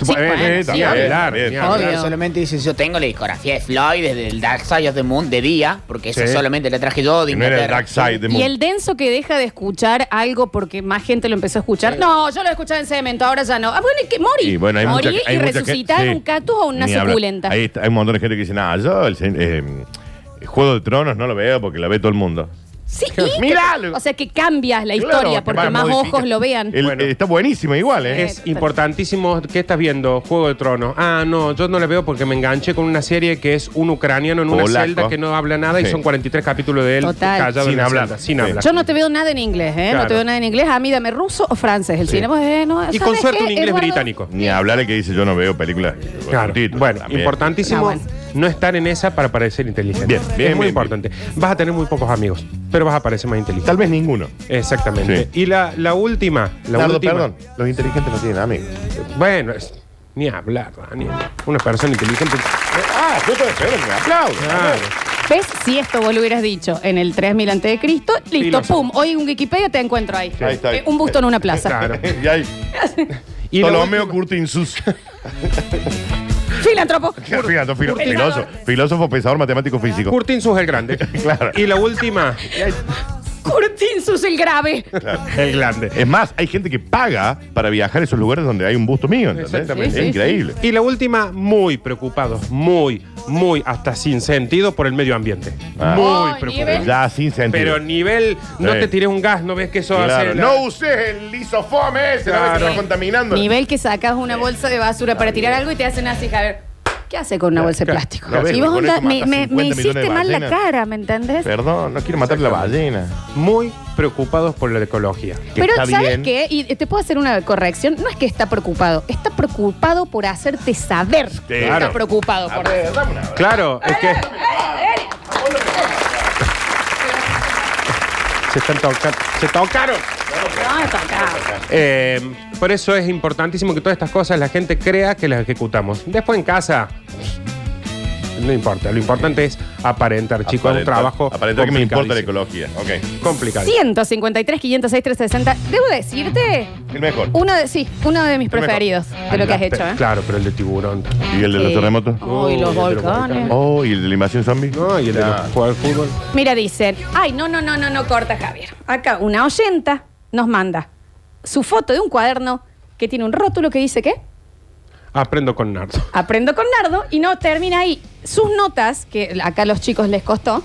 Speaker 3: Sí,
Speaker 4: Eh,
Speaker 3: bueno,
Speaker 4: eh,
Speaker 3: sí,
Speaker 4: también,
Speaker 3: obvio.
Speaker 4: claro,
Speaker 2: bien.
Speaker 4: bien.
Speaker 3: Obvio.
Speaker 6: solamente dice, yo tengo la discografía de Floyd desde el Dark Side of the Moon de día, porque eso
Speaker 4: Sí.
Speaker 6: solamente la traje yo de
Speaker 2: Que no era el
Speaker 6: Inglaterra.
Speaker 2: dark side de
Speaker 3: Y
Speaker 2: mundo.
Speaker 3: el denso que deja de escuchar algo porque más gente lo empezó a escuchar. No, yo lo escuchaba en cemento, ahora ya no. Ah, bueno, ¿y qué? Morí.
Speaker 2: Y bueno, hay
Speaker 3: Morí
Speaker 2: mucha, hay
Speaker 3: y
Speaker 2: mucha
Speaker 3: resucitá
Speaker 2: gente-
Speaker 3: en un
Speaker 2: sí.
Speaker 3: cactus o una
Speaker 2: Ni hablar.
Speaker 3: suculenta.
Speaker 2: Ahí está- hay un montón de gente que dice, nada, yo el, se- eh, el Juego de Tronos no lo veo porque la ve todo el mundo.
Speaker 3: Sí, y-
Speaker 2: Míralo.
Speaker 3: O sea, que cambias la historia
Speaker 2: Claro,
Speaker 3: porque
Speaker 2: va,
Speaker 3: más
Speaker 2: modifica.
Speaker 3: ojos lo vean.
Speaker 2: El-
Speaker 4: Bueno.
Speaker 2: eh, está buenísima igual, ¿eh?
Speaker 4: Es
Speaker 3: total.
Speaker 4: importantísimo que estás viendo Juego de Tronos. Ah, no, yo no la veo porque me enganché con una serie que es un ucraniano en una
Speaker 2: Polaco.
Speaker 4: celda que no habla nada y
Speaker 2: Sí.
Speaker 4: son 43 capítulos de él
Speaker 3: Total.
Speaker 4: callado
Speaker 2: Sin
Speaker 4: en la
Speaker 2: hablar.
Speaker 4: celda, sin
Speaker 2: Sí.
Speaker 4: hablar.
Speaker 3: Yo no te veo nada en inglés, ¿eh? No
Speaker 4: Claro.
Speaker 3: te veo nada en inglés. A mí dame ruso o francés. El cine, pues, eh, no,
Speaker 4: y
Speaker 3: ¿sabes
Speaker 4: con suerte
Speaker 3: qué,
Speaker 4: un inglés
Speaker 3: Eduardo?
Speaker 4: británico.
Speaker 2: Ni hablar el que dice, yo no veo películas. con
Speaker 4: Claro.
Speaker 2: subtítulos",
Speaker 4: Bueno,
Speaker 2: también.
Speaker 4: importantísimo
Speaker 3: Ah, bueno.
Speaker 4: no estar en esa para parecer inteligente.
Speaker 2: Bien,
Speaker 4: Es
Speaker 2: bien,
Speaker 4: muy
Speaker 2: bien,
Speaker 4: importante. Vas a tener muy pocos amigos, pero vas a parecer más inteligente.
Speaker 2: Tal vez ninguno.
Speaker 4: Exactamente. Y la, la última, la
Speaker 2: Nardo,
Speaker 4: última.
Speaker 2: perdón, los inteligentes no tienen amigos.
Speaker 4: Bueno, es- ni hablar, Daniel. Una persona inteligente.
Speaker 2: Ah, yo estoy peor, me aplaudo.
Speaker 4: Claro.
Speaker 3: ¿Ves? Si esto vos lo hubieras dicho en el 3000 antes de Cristo, listo,
Speaker 4: Filósofo.
Speaker 3: pum. Hoy en Wikipedia te encuentro ahí.
Speaker 2: Ahí está.
Speaker 3: Eh, un busto en una plaza.
Speaker 4: Claro.
Speaker 2: y ahí,
Speaker 4: Y la
Speaker 2: Ptolomeo
Speaker 4: última-
Speaker 2: Curtinsus.
Speaker 3: Filántropo.
Speaker 2: Fíjate, filo-
Speaker 3: Curtin-
Speaker 2: filósofo, filósofo, pensador, matemático, físico.
Speaker 4: Curtinsus el grande.
Speaker 2: Claro.
Speaker 4: Y la última,
Speaker 3: Curtinsus el grave.
Speaker 4: el grande.
Speaker 2: Es más, hay gente que paga para viajar a esos lugares donde hay un busto mío, ¿entendés?
Speaker 4: Exactamente.
Speaker 2: Es
Speaker 3: Sí, sí,
Speaker 2: increíble.
Speaker 4: Y la última, muy preocupados, muy, muy, hasta sin sentido por el medio ambiente.
Speaker 2: Ah.
Speaker 4: Muy
Speaker 3: Oh,
Speaker 4: preocupados.
Speaker 3: nivel.
Speaker 2: Ya sin sentido.
Speaker 4: Pero nivel, no
Speaker 2: Sí.
Speaker 4: te tires un gas, no ves que eso
Speaker 2: Claro.
Speaker 4: hace. la-
Speaker 2: No uses el lisofome ese, la vez que
Speaker 4: Claro.
Speaker 2: está contaminando.
Speaker 3: Nivel que sacas una bolsa de basura para tirar algo y te hacen así, Javier. ¿Qué hace con una bolsa de
Speaker 4: claro.
Speaker 3: plástico?
Speaker 2: No, ves,
Speaker 3: y vos,
Speaker 2: con
Speaker 3: onda,
Speaker 2: eso
Speaker 3: me,
Speaker 2: matas
Speaker 3: me- me
Speaker 2: 50 millones
Speaker 3: hiciste
Speaker 2: de
Speaker 3: mal la
Speaker 2: ballenas.
Speaker 3: cara, ¿me entendés?
Speaker 2: Perdón, no quiero matar la ballena.
Speaker 4: Muy preocupados por la ecología.
Speaker 2: Que
Speaker 3: Pero,
Speaker 2: está
Speaker 3: ¿sabes
Speaker 2: bien.
Speaker 3: qué? Y te puedo hacer una corrección. No es que está preocupado, está preocupado por hacerte saber que
Speaker 2: Claro.
Speaker 3: está preocupado
Speaker 2: A
Speaker 3: por
Speaker 2: ver, dame una.
Speaker 4: Claro, es que. Se están tocando. Se tocaron.
Speaker 3: No, está acá.
Speaker 4: Eh, por eso es importantísimo que todas estas cosas la gente crea que las ejecutamos. Después en casa. No importa, lo importante es aparentar, chicos, es un
Speaker 2: Aparentar-
Speaker 4: trabajo.
Speaker 2: Aparentar que me importa la
Speaker 4: complicadísimo.
Speaker 2: ecología. Ok.
Speaker 4: Complicado.
Speaker 3: 153, 506, 360. Debo decirte,
Speaker 2: El mejor.
Speaker 3: uno de, sí, uno de mis
Speaker 4: mejor.
Speaker 3: preferidos de lo que has hecho, ¿eh?
Speaker 4: Claro, pero el de tiburón.
Speaker 2: ¿Y el de los
Speaker 3: Eh,
Speaker 2: terremotos?
Speaker 3: Uy, los
Speaker 4: Uy, el de los
Speaker 3: volcanes.
Speaker 4: volcanes.
Speaker 2: Oh, ¿y el de la invasión zombie?
Speaker 4: No, y el de
Speaker 2: Ah.
Speaker 4: los- jugar al fútbol.
Speaker 3: Mira, dicen, ay, no, no, no, no, no corta, Javier. Acá una oyenta nos manda su foto de un cuaderno que tiene un rótulo que dice que
Speaker 4: Aprendo con Nardo.
Speaker 3: aprendo con Nardo y no termina ahí. Sus notas, que acá a los chicos les costó,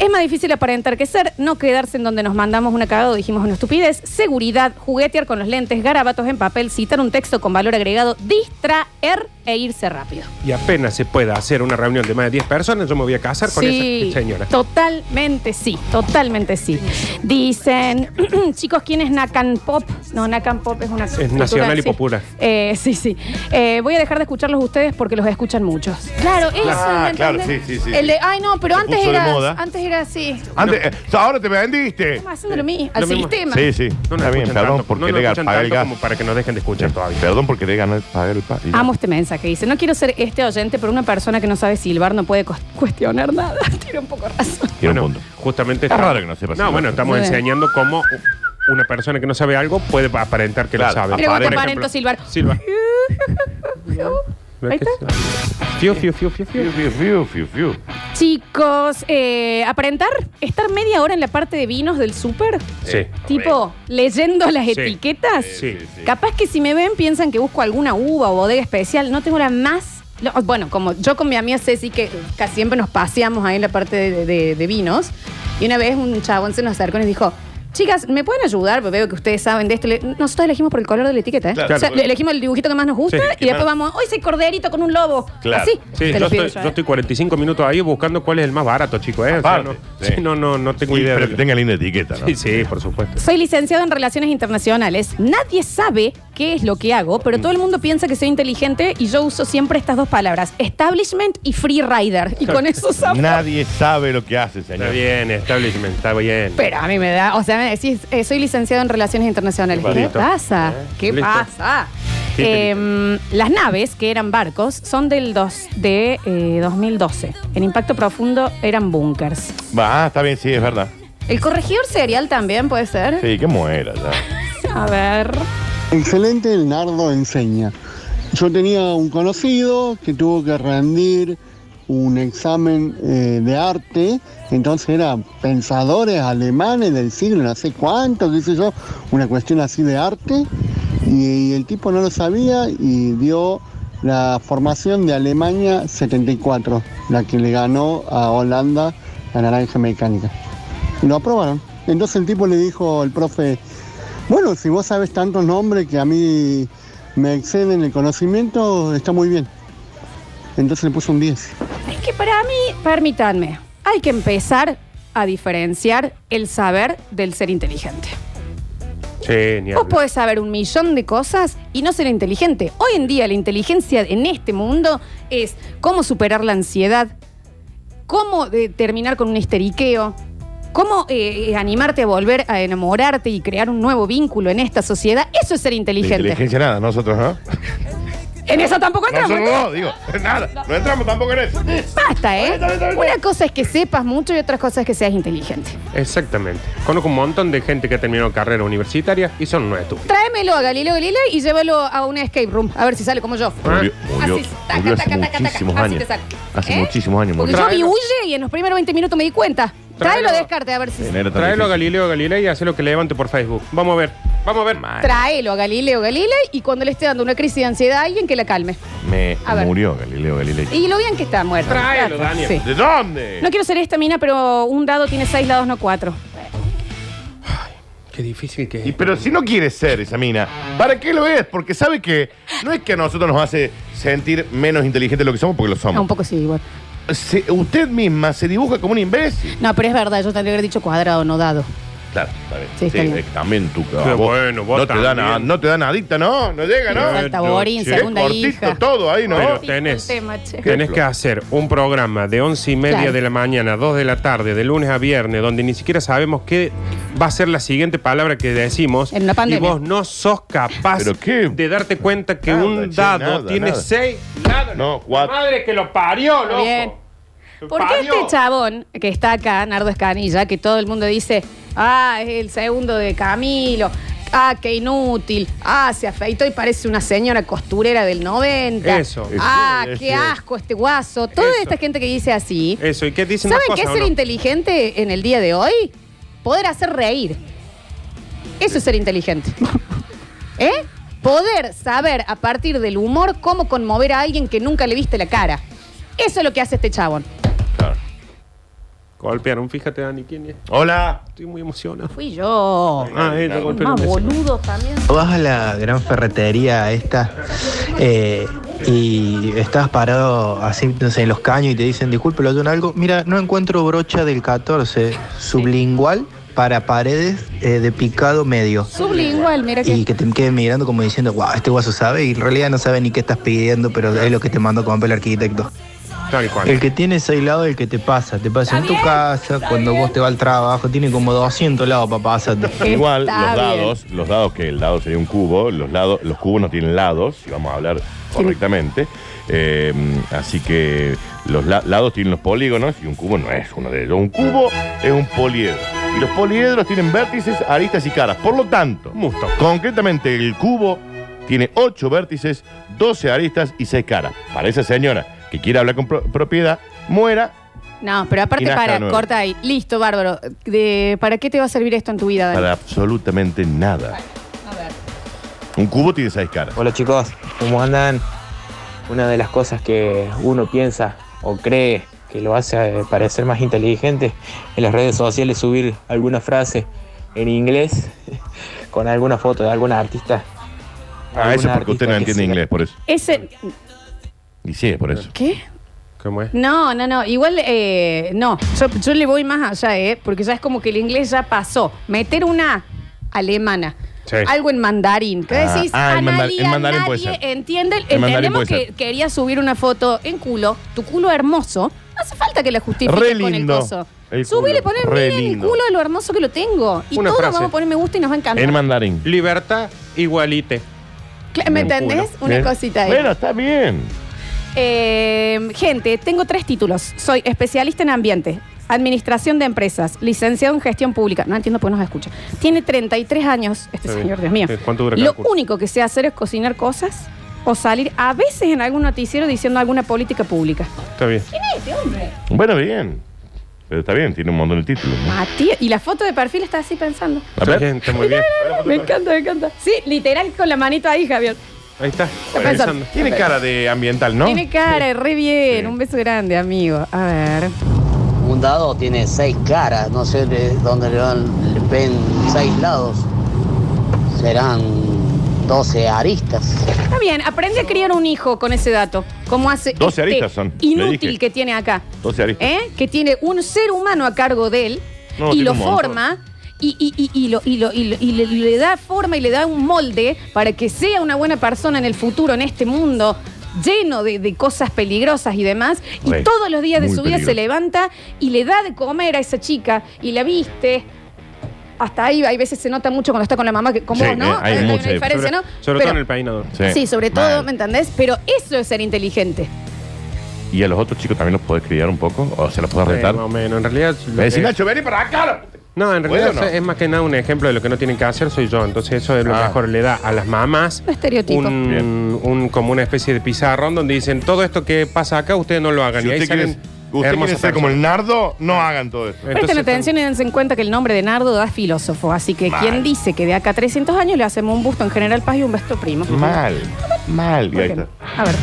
Speaker 3: es más difícil aparentar que ser, no quedarse en donde nos mandamos una cagada o dijimos una estupidez, seguridad, juguetear con los lentes, garabatos en papel, citar un texto con valor agregado, distraer e irse rápido.
Speaker 4: Y apenas se pueda hacer una reunión de más de 10 personas, yo me voy a casar con esa señora.
Speaker 3: Totalmente sí, totalmente sí. Dicen, chicos, ¿quién es Nacan Pop? No, Nacan Pop es una. cultura,
Speaker 4: nacional y
Speaker 3: sí.
Speaker 4: popular.
Speaker 3: Eh, sí, sí. Eh, voy a dejar de escucharlos ustedes porque los escuchan muchos. Claro, eso.
Speaker 2: Ah,
Speaker 3: ¿me
Speaker 2: claro,
Speaker 3: entendés?
Speaker 2: sí, sí, sí,
Speaker 3: El
Speaker 2: sí.
Speaker 3: de, ay, no, pero
Speaker 2: Se
Speaker 3: antes
Speaker 2: puso de
Speaker 3: era,
Speaker 2: moda.
Speaker 3: antes era así.
Speaker 2: Antes, eh, so- ahora te vendiste.
Speaker 3: Estamos haciendo lo mismo, al
Speaker 4: Lo mismo.
Speaker 3: sistema.
Speaker 2: Sí, sí.
Speaker 4: No nos
Speaker 2: Está bien,
Speaker 4: escuchan
Speaker 2: perdón
Speaker 4: tanto,
Speaker 2: porque
Speaker 4: no nos
Speaker 2: le
Speaker 4: escuchan
Speaker 2: paga el
Speaker 4: tanto
Speaker 2: gas.
Speaker 4: como para que nos dejen de escuchar todavía.
Speaker 2: Perdón porque le ganar pagar el pa- y-
Speaker 3: Amo este mensaje. Dice, no quiero ser este oyente, pero una persona que no sabe silbar no puede cos- cuestionar nada. Tiene un poco razón.
Speaker 2: Tiene
Speaker 4: Bueno,
Speaker 2: un punto.
Speaker 4: justamente
Speaker 2: Está
Speaker 4: estamos-
Speaker 2: raro que no sepas
Speaker 4: No,
Speaker 2: si
Speaker 4: bueno,
Speaker 2: lo-
Speaker 4: estamos
Speaker 3: Sí.
Speaker 4: enseñando cómo u- una persona que no sabe algo puede aparentar que
Speaker 2: Claro,
Speaker 4: lo sabe.
Speaker 2: Mira cómo te
Speaker 4: Por ejemplo,
Speaker 3: aparento silbar.
Speaker 4: Silba.
Speaker 3: Ahí está.
Speaker 4: Fiu, fiu, fiu, fiu, fiu.
Speaker 2: Fiu, fiu, fiu, fiu, fiu.
Speaker 3: Chicos, eh, aparentar estar media hora en la parte de vinos del súper,
Speaker 4: Sí.
Speaker 3: tipo leyendo las
Speaker 4: Sí.
Speaker 3: etiquetas.
Speaker 4: Sí.
Speaker 2: Sí, sí.
Speaker 3: Capaz que si me ven piensan que busco alguna uva o bodega especial. No tengo la más. lo- Bueno, como yo con mi amiga Ceci, que casi siempre nos paseamos ahí en la parte de, de- de vinos, y una vez un chabón se nos acercó y nos dijo. Chicas, ¿me pueden ayudar? Porque Veo que ustedes saben de esto. Le- Nosotros elegimos por el color de la etiqueta, ¿eh?
Speaker 2: Claro.
Speaker 3: O sea, le- elegimos el dibujito que más nos gusta
Speaker 4: Sí.
Speaker 3: y después vamos, ¡hoy ese corderito con un lobo!
Speaker 2: Claro.
Speaker 3: Así.
Speaker 4: Sí,
Speaker 3: Te
Speaker 4: yo
Speaker 3: lo pido
Speaker 4: estoy,
Speaker 3: ¿eh?
Speaker 4: yo estoy 45 minutos ahí buscando cuál es el más barato, chico. ¿eh? O sea,
Speaker 2: Aparte,
Speaker 4: no,
Speaker 2: sí.
Speaker 4: sí, no, no, no tengo
Speaker 2: Y
Speaker 4: idea.
Speaker 2: pero que tenga linda etiqueta, ¿no?
Speaker 4: Sí, sí, por supuesto.
Speaker 3: Soy licenciado en Relaciones Internacionales. Nadie sabe qué es lo que hago, pero todo el mundo piensa que soy inteligente y yo uso siempre estas dos palabras, establishment y free rider. Y con eso zafo.
Speaker 2: Nadie sabe lo que hace, señor.
Speaker 4: Está bien, establishment, está bien.
Speaker 3: Pero a mí me da, o sea, me decís, eh, soy licenciado en Relaciones Internacionales.
Speaker 4: Listo.
Speaker 3: ¿Qué, pasa?
Speaker 4: Eh,
Speaker 3: ¿Qué
Speaker 4: listo.
Speaker 3: pasa?
Speaker 4: Sí,
Speaker 3: Eh, las naves, que eran barcos, son del dos, de eh, 2012. En Impacto Profundo eran búnkers.
Speaker 2: Va, ah, está bien, sí, es verdad.
Speaker 3: ¿El corregidor serial también puede ser?
Speaker 2: Sí, que muera ya.
Speaker 3: A ver.
Speaker 7: Excelente, el nardo enseña. Yo tenía un conocido que tuvo que rendir un examen eh, de arte, entonces eran pensadores alemanes del siglo, no sé cuánto, qué sé yo, una cuestión así de arte, y, el tipo no lo sabía y dio la formación de Alemania 74, la que le ganó a Holanda la naranja mecánica. Y lo aprobaron. Entonces el tipo le dijo al profe, bueno, si vos sabes tantos nombres que a mí me exceden el conocimiento, está muy bien. Entonces le puso un 10.
Speaker 3: Es que para mí, permítanme, hay que empezar a diferenciar el saber del ser inteligente.
Speaker 4: Sí, ni
Speaker 3: Vos
Speaker 4: hablar.
Speaker 3: podés saber un millón de cosas y no ser inteligente. Hoy en día la inteligencia en este mundo es cómo superar la ansiedad, cómo eh, terminar con un histeriqueo, cómo eh, eh, animarte a volver a enamorarte y crear un nuevo vínculo en esta sociedad. Eso es ser
Speaker 2: De
Speaker 3: inteligente.
Speaker 2: Inteligencia nada, nosotros, ¿no?
Speaker 3: En eso tampoco entramos.
Speaker 2: Nosotros no, digo, nada. No entramos tampoco en eso.
Speaker 3: Basta, ¿eh?
Speaker 2: Está bien, está bien, está bien.
Speaker 3: Una cosa es que sepas mucho y otra cosa es que seas inteligente.
Speaker 4: Exactamente. Conozco un montón de gente que ha terminado carrera universitaria y son unos estúpidos.
Speaker 3: Tráemelo a Galileo Galilei y llévalo a una escape room. A ver si sale como yo.
Speaker 2: Murió, murió,
Speaker 3: Así, taca,
Speaker 2: murió
Speaker 3: taca,
Speaker 2: hace
Speaker 3: taca, taca,
Speaker 2: muchísimos
Speaker 3: así
Speaker 2: años.
Speaker 3: te saco.
Speaker 2: Hace
Speaker 3: ¿Eh?
Speaker 2: muchísimos años
Speaker 3: Porque
Speaker 2: murió.
Speaker 3: yo vi
Speaker 4: Tráelo.
Speaker 3: huye y en los primeros 20 minutos me di cuenta.
Speaker 4: Tráelo.
Speaker 3: Tráelo de descarte, a ver si.
Speaker 2: Era tan
Speaker 4: Traelo a
Speaker 2: difícil.
Speaker 4: Galileo Galilei y hazlo que le levante por Facebook. Vamos a ver, vamos a ver.
Speaker 3: Tráelo a Galileo Galilei y cuando le esté dando una crisis de ansiedad a alguien que la calme.
Speaker 2: Me
Speaker 3: A ver.
Speaker 2: murió Galileo Galilei.
Speaker 3: Y lo bien que está muerto.
Speaker 4: Tráelo,
Speaker 3: Claro,
Speaker 4: Daniel.
Speaker 3: sí.
Speaker 2: ¿De dónde?
Speaker 3: No quiero ser esta mina, pero un dado tiene seis lados, no cuatro.
Speaker 4: Qué difícil que
Speaker 2: Y pero si no quieres ser esa mina, ¿para qué lo es? Porque sabe que no es que a nosotros nos hace sentir menos inteligentes de lo que somos, porque lo
Speaker 3: Ah, un
Speaker 2: somos.
Speaker 3: poco sí, igual.
Speaker 2: Se- usted misma se dibuja como un imbécil.
Speaker 3: No, pero es verdad, yo tendría que haber dicho cuadrado, no dado.
Speaker 2: Claro, está bien.
Speaker 3: Sí, está bien.
Speaker 2: es que también tú,
Speaker 4: Pero bueno, vos
Speaker 2: no te, dan
Speaker 4: también.
Speaker 2: a- no te dan adicta, ¿no? No llega, ¿no?
Speaker 4: Bueno,
Speaker 3: Falta Borín,
Speaker 4: che,
Speaker 2: Qué
Speaker 3: segunda
Speaker 2: cortito
Speaker 3: hija.
Speaker 2: todo ahí, ¿no?
Speaker 4: Pero
Speaker 3: Cortito el
Speaker 4: tenés-
Speaker 3: tema, che.
Speaker 4: Tenés que hacer un programa de once y media
Speaker 3: Claro.
Speaker 4: de la mañana a 2 de la tarde, de lunes a viernes, donde ni siquiera sabemos qué va a ser la siguiente palabra que decimos.
Speaker 3: En una
Speaker 4: y
Speaker 3: pandemia.
Speaker 4: vos no sos capaz
Speaker 2: ¿Pero qué?
Speaker 4: de darte cuenta que
Speaker 2: Nada,
Speaker 4: un
Speaker 2: che,
Speaker 4: dado
Speaker 2: nada,
Speaker 4: tiene
Speaker 2: nada.
Speaker 4: seis lados.
Speaker 2: No, cuatro.
Speaker 4: Madre que lo parió, loco.
Speaker 3: Bien.
Speaker 4: Lo
Speaker 3: ¿Por qué
Speaker 4: parió.
Speaker 3: este chabón que está acá, Nardo Escanilla, que todo el mundo dice, ah, es el segundo de Camilo, ah, qué inútil, ah, se afeitó y parece una señora costurera del 90,
Speaker 4: Eso.
Speaker 3: ah,
Speaker 2: Eso,
Speaker 3: qué
Speaker 2: eso.
Speaker 3: asco este guaso, toda
Speaker 4: Eso.
Speaker 3: esta gente que dice así,
Speaker 4: Eso, ¿y qué dicen
Speaker 3: ¿saben
Speaker 4: las
Speaker 3: qué
Speaker 4: cosas,
Speaker 3: es
Speaker 4: o
Speaker 3: ser
Speaker 4: no?
Speaker 3: inteligente en el día de hoy? Poder hacer reír. Eso es ser inteligente. ¿Eh? Poder saber a partir del humor cómo conmover a alguien que nunca le viste la cara. Eso es lo que hace este chabón.
Speaker 2: Claro.
Speaker 4: Golpearon, fíjate, Dani, quién es.
Speaker 2: Hola.
Speaker 4: Estoy muy emocionado.
Speaker 3: Fui yo.
Speaker 4: Ah, eh, te golpearon.
Speaker 3: Más boludo también.
Speaker 8: Vas a la gran ferretería esta eh, y estás parado así no sé, en los caños y te dicen, disculpe, lo en algo. Mira, no encuentro brocha del 14 sublingual para paredes eh, de picado medio.
Speaker 9: Sublingual, mira que.
Speaker 8: Y que te queden mirando como diciendo, wow, este guaso sabe y en realidad no sabe ni qué estás pidiendo, pero es lo que te mandó con el arquitecto.
Speaker 4: Tal cual.
Speaker 8: El que tiene seis lados es el que te pasa. Te pasa en tu casa, cuando vos te vas al trabajo, tiene como 200 lados para pasarte.
Speaker 2: Igual, los
Speaker 9: Está bien.
Speaker 2: dados, los dados, que el dado sería un cubo, los, lados, los cubos no tienen lados, si vamos a hablar correctamente. Eh, así que los la- lados tienen los polígonos y un cubo no es uno de ellos. Un cubo es un poliedro. Y los poliedros tienen vértices, aristas y caras. Por lo tanto,
Speaker 4: Musto.
Speaker 2: concretamente el cubo tiene 8 vértices, 12 aristas y 6 caras. Para esa señora que quiere hablar con pro- propiedad, muera.
Speaker 9: No, pero aparte,
Speaker 2: Y nazca de
Speaker 9: para,
Speaker 2: nuevo.
Speaker 9: corta ahí. Listo, bárbaro. De- ¿Para qué te va a servir esto en tu vida, Dani?
Speaker 2: Para absolutamente nada. Un cubo tiene 6 caras.
Speaker 10: Hola chicos, ¿cómo andan? Una de las cosas que uno piensa o cree que lo hace eh, parecer más inteligente en las redes sociales subir alguna frase en inglés con alguna foto de algún artista.
Speaker 2: Ah, eso
Speaker 10: Algún
Speaker 2: porque
Speaker 10: artista
Speaker 2: usted no
Speaker 10: que
Speaker 2: entiende
Speaker 10: siga-
Speaker 2: inglés, por eso.
Speaker 9: Ese.
Speaker 2: Y sí, es por eso.
Speaker 9: ¿Qué?
Speaker 4: ¿Cómo es?
Speaker 9: No, no, no. Igual, eh, no. Yo, yo le voy más allá, ¿eh? Porque ya es como que el inglés ya pasó. Meter una alemana.
Speaker 4: Sí.
Speaker 9: Algo en mandarín. ¿Qué
Speaker 2: Ah,
Speaker 9: decís?
Speaker 2: ah,
Speaker 9: a
Speaker 2: el mandar-
Speaker 9: nadie,
Speaker 2: el mandarín
Speaker 9: a
Speaker 2: puede
Speaker 9: nadie
Speaker 2: ser.
Speaker 9: Entiende,
Speaker 2: El mandarín
Speaker 9: entendemos
Speaker 2: puede
Speaker 9: que
Speaker 2: ser.
Speaker 9: querías subir una foto en culo, tu culo hermoso. No hace falta que la justifiques
Speaker 2: Re
Speaker 9: con el
Speaker 2: lindo
Speaker 9: coso.
Speaker 2: el
Speaker 9: Subir y
Speaker 2: culo,
Speaker 9: poner,
Speaker 2: re
Speaker 9: miren el
Speaker 2: lindo".
Speaker 9: culo de lo hermoso que lo tengo. Y
Speaker 4: Una
Speaker 9: todos
Speaker 4: frase.
Speaker 9: vamos a poner me gusta y nos va a encantar.
Speaker 2: En mandarín.
Speaker 4: Libertad igualite.
Speaker 9: Cla- ¿Me
Speaker 4: Un culo.
Speaker 9: entendés? Una
Speaker 2: Bien.
Speaker 9: cosita ahí.
Speaker 2: ¿Eh? Bueno, está bien.
Speaker 9: Eh, gente, tengo tres títulos. Soy especialista en ambiente, administración de empresas, licenciado en gestión pública. No entiendo por qué nos escucha. Tiene 33 años este
Speaker 4: Está bien.
Speaker 9: señor, Dios mío.
Speaker 4: Eh, ¿cuánto dura cada
Speaker 9: Lo
Speaker 4: curso?
Speaker 9: único que sé hacer es cocinar cosas o salir a veces en algún noticiero diciendo alguna política pública.
Speaker 4: Está bien.
Speaker 2: Bueno, bien. Pero está bien, tiene un montón de títulos. ¿no?
Speaker 9: Matías, y la foto de perfil está así pensando.
Speaker 2: A
Speaker 4: Está
Speaker 2: ver.
Speaker 4: bien, está muy bien.
Speaker 9: Me encanta, me encanta. Sí, literal con la manito ahí, Javier.
Speaker 4: Ahí está.
Speaker 9: pensando.
Speaker 4: Revisando.
Speaker 2: Tiene cara de ambiental, ¿no?
Speaker 9: Tiene cara, re bien.
Speaker 2: Sí.
Speaker 9: Un beso grande, amigo. A ver.
Speaker 11: Un dado tiene seis caras, no sé de dónde le, van- le ven seis lados. Serán 12 aristas.
Speaker 9: Está bien, aprende a criar un hijo con ese dato. Como hace.
Speaker 2: 12
Speaker 9: este
Speaker 2: aristas son, le
Speaker 9: Inútil
Speaker 2: dije.
Speaker 9: que tiene acá.
Speaker 2: 12 aristas.
Speaker 9: ¿eh? Que tiene un ser humano a cargo de él
Speaker 2: No,
Speaker 9: y
Speaker 2: tiene
Speaker 9: lo
Speaker 2: un montón.
Speaker 9: forma. Y, y- y- y lo, y, lo- y lo- y le, le da forma y le da un molde para que sea una buena persona en el futuro, en este mundo lleno de, de cosas peligrosas y demás. Y
Speaker 2: Re,
Speaker 9: todos los días de
Speaker 2: muy
Speaker 9: su vida se
Speaker 2: peligroso.
Speaker 9: levanta y le da de comer a esa chica y la viste. Hasta ahí, hay veces se nota mucho cuando está con la mamá, que como
Speaker 2: Sí,
Speaker 9: vos, ¿no?
Speaker 2: eh, hay
Speaker 9: una
Speaker 2: mucha
Speaker 9: diferencia,
Speaker 4: Sobre,
Speaker 9: ¿no?
Speaker 4: sobre
Speaker 9: Pero-
Speaker 4: todo en el peinador.
Speaker 9: Sí, sobre todo, ¿me
Speaker 2: Mal.
Speaker 9: entendés? Pero eso es ser inteligente.
Speaker 2: Y a los otros chicos también los podés criar un poco, o se los podés
Speaker 4: Eh,
Speaker 2: retar.
Speaker 4: más o menos. En realidad.
Speaker 2: Me decís,
Speaker 4: eh,
Speaker 2: Nacho, vení para acá. la puta".
Speaker 4: No, en
Speaker 2: ¿Puede
Speaker 4: realidad
Speaker 2: o no?
Speaker 4: o sea, es más que nada un ejemplo de lo que no tienen que hacer soy yo. Entonces eso es lo
Speaker 2: Ah.
Speaker 4: mejor le da a las mamás
Speaker 9: Un estereotipo.
Speaker 4: un,
Speaker 2: Bien.
Speaker 4: un- como una especie de pizarrón donde dicen todo esto que pasa acá ustedes no lo hagan.
Speaker 2: Si
Speaker 4: y ahí
Speaker 2: usted quiere,
Speaker 4: salen
Speaker 2: usted quiere
Speaker 4: hermosas
Speaker 2: ser como el
Speaker 4: personas.
Speaker 2: nardo, no hagan todo esto.
Speaker 4: Entonces,
Speaker 9: Presten atención y dense en cuenta que el nombre de Nardo da filósofo, así que
Speaker 2: Mal.
Speaker 9: quien dice que de acá a 300 años le hacemos un busto en General Paz y un besto primo.
Speaker 2: Mal, mal. Y
Speaker 9: ¿Por
Speaker 2: ahí
Speaker 9: qué
Speaker 2: está.
Speaker 9: no? A ver,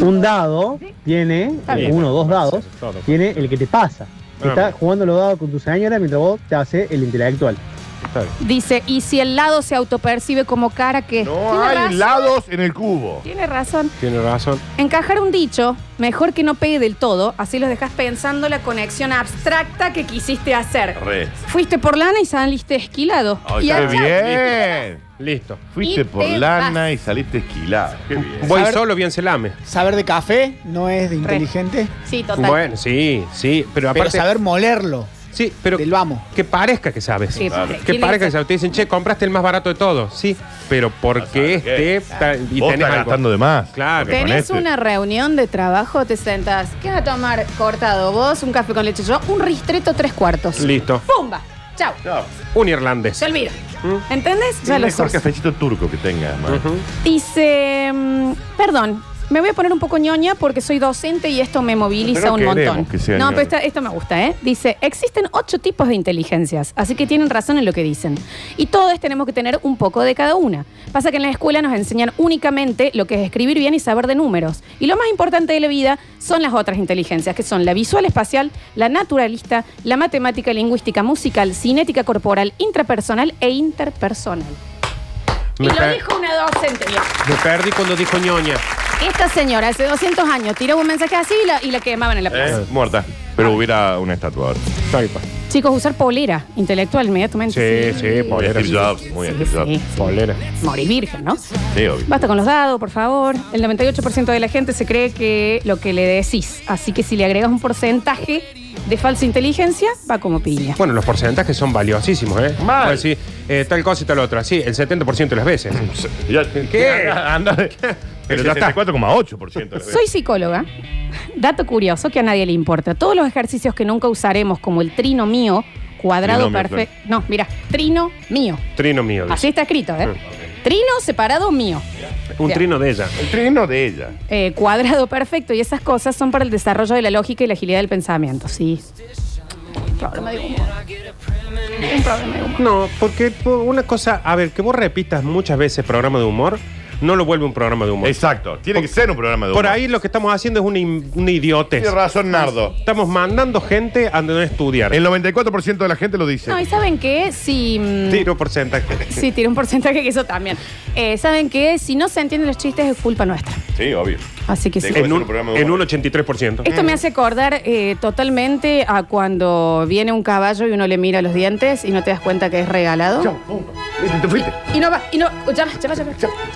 Speaker 8: Un dado tiene,
Speaker 4: bien.
Speaker 8: uno o dos dados,
Speaker 4: Todo.
Speaker 8: tiene el que te pasa.
Speaker 4: Ah,
Speaker 8: Está jugando los dados con tu señora mientras vos te haces el intelectual.
Speaker 4: está bien.
Speaker 9: dice, y si el lado se autopercibe como cara que...
Speaker 2: No hay
Speaker 9: razón,
Speaker 2: lados en el cubo.
Speaker 9: Tiene razón.
Speaker 4: Tiene razón.
Speaker 9: Encajar un dicho, mejor que no pegue del todo, así los dejas pensando la conexión abstracta que quisiste hacer.
Speaker 2: Re.
Speaker 9: Fuiste por lana y saliste esquilado.
Speaker 2: Ay,
Speaker 9: y
Speaker 2: qué
Speaker 9: allá-
Speaker 2: bien.
Speaker 4: Listo.
Speaker 2: Fuiste
Speaker 9: Y
Speaker 2: por
Speaker 9: te
Speaker 2: lana
Speaker 9: vas.
Speaker 2: y saliste esquilado. Qué bien.
Speaker 4: Voy
Speaker 5: Saber-
Speaker 4: solo, bien se lame.
Speaker 5: Saber de café no es
Speaker 9: Re.
Speaker 5: de inteligente,
Speaker 9: Sí, total.
Speaker 4: Bueno, sí, sí. Pero
Speaker 5: pero
Speaker 4: aparte.
Speaker 5: saber molerlo.
Speaker 4: sí, pero
Speaker 5: Del vamos.
Speaker 4: que parezca que sabes.
Speaker 9: Sí, porque
Speaker 4: Que
Speaker 9: ¿quién le
Speaker 4: parezca que sabes. Te dicen, che, compraste el más barato de todo. Sí, pero porque
Speaker 2: Ah, ¿sabe qué?
Speaker 4: este. tal- y
Speaker 2: Vos
Speaker 4: tenés
Speaker 2: estás
Speaker 4: algo.
Speaker 2: gastando de más.
Speaker 4: Claro.
Speaker 2: Porque con
Speaker 9: Tenés
Speaker 2: este-
Speaker 9: una reunión de trabajo, te sentas, ¿qué vas a tomar cortado vos? Un café con leche yo, un ristreto tres cuartos.
Speaker 4: Listo.
Speaker 9: ¡Pumba! ¡Chao!
Speaker 2: Chao.
Speaker 4: Un irlandés.
Speaker 9: Se olvida. ¿Entendés? Ya
Speaker 2: El
Speaker 9: lo
Speaker 2: Mm. mejor
Speaker 9: sos.
Speaker 2: cafecito turco que tengas, man. Eh,
Speaker 4: Ujú.
Speaker 9: Dice, mm, perdón, me voy a poner un poco ñoña porque soy docente y esto me moviliza
Speaker 2: Pero
Speaker 9: un
Speaker 2: queremos
Speaker 9: montón.
Speaker 2: que sea
Speaker 9: no,
Speaker 2: ñoña.
Speaker 9: pero esta, esta me gusta, ¿eh? Dice, existen ocho tipos de inteligencias, así que tienen razón en lo que dicen. Y todos tenemos que tener un poco de cada una. Pasa que en la escuela nos enseñan únicamente lo que es escribir bien y saber de números. Y lo más importante de la vida son las otras inteligencias, que son la visual espacial, la naturalista, la matemática lingüística musical, cinética corporal, intrapersonal e interpersonal. Y
Speaker 4: Me
Speaker 9: lo
Speaker 4: pa-
Speaker 9: dijo una docente, viejo.
Speaker 4: Me perdí cuando dijo ñoña.
Speaker 3: Esta señora hace 200 años tiraba un mensaje así y la, y la quemaban en la plaza.
Speaker 2: Eh, Muerta.
Speaker 9: Ah.
Speaker 2: Pero hubiera una estatua ahora.
Speaker 3: Chicos, usar polera intelectual inmediatamente.
Speaker 4: Sí, sí, polera.
Speaker 2: Steve Jobs, muy bien, Steve Jobs.
Speaker 4: Polera.
Speaker 3: Morís virgen, ¿no?
Speaker 2: Sí, obvio.
Speaker 3: Basta con los dados, por favor. El 98% de la gente se cree que lo que le decís. Así que si le agregas un porcentaje de falsa inteligencia, va como pilla.
Speaker 4: Bueno, los porcentajes son valiosísimos, ¿eh?
Speaker 2: Mal. Mm.
Speaker 4: Puedes decir, eh, tal cosa y tal otra. Sí, el 70% de las veces.
Speaker 2: Ya-
Speaker 4: ¿Qué?
Speaker 2: Anda. Pero ya está. 4,8%. la
Speaker 3: Soy psicóloga. Dato curioso que a nadie le importa. Todos los ejercicios que nunca usaremos, como el trino mío, cuadrado
Speaker 2: Trinomio,
Speaker 3: perfecto. No, mira, trino mío.
Speaker 4: Trino mío. dice.
Speaker 3: Así está escrito, ¿eh? Trino separado mío.
Speaker 4: Un trino de ella.
Speaker 2: El trino de ella.
Speaker 3: Eh, cuadrado perfecto y esas cosas son para el desarrollo de la lógica y la agilidad del pensamiento. Sí. Problema de humor. Un problema de humor.
Speaker 4: No, porque po- una cosa, a ver, que vos repitas muchas veces programa de humor, no lo vuelve un programa de humor.
Speaker 2: Exacto. Tiene que ser un programa de
Speaker 4: Por
Speaker 2: humor.
Speaker 4: ahí lo que estamos haciendo es una, im- una idiotez.
Speaker 2: Tiene razón, Nardo.
Speaker 4: Estamos mandando gente a no estudiar.
Speaker 2: El 94% de la gente lo dice.
Speaker 3: No, y saben qué? si. mm,
Speaker 4: tiro porcentaje.
Speaker 3: Sí, tiene un porcentaje que eso también. Eh, ¿Saben qué? Si no se entienden los chistes es culpa nuestra.
Speaker 2: Sí, obvio.
Speaker 3: Así que
Speaker 2: De
Speaker 3: sí.
Speaker 2: Puede
Speaker 4: En
Speaker 2: ser
Speaker 4: un,
Speaker 2: un programa de
Speaker 4: en un
Speaker 2: humor.
Speaker 4: 83%.
Speaker 2: Este
Speaker 3: Esto me hace acordar eh, totalmente a cuando viene un caballo y uno le mira los dientes y no te das cuenta que es regalado.
Speaker 2: Chao, punto. Vete, te fuiste.
Speaker 3: Y no va, y no. Ya va, ya va, ya va.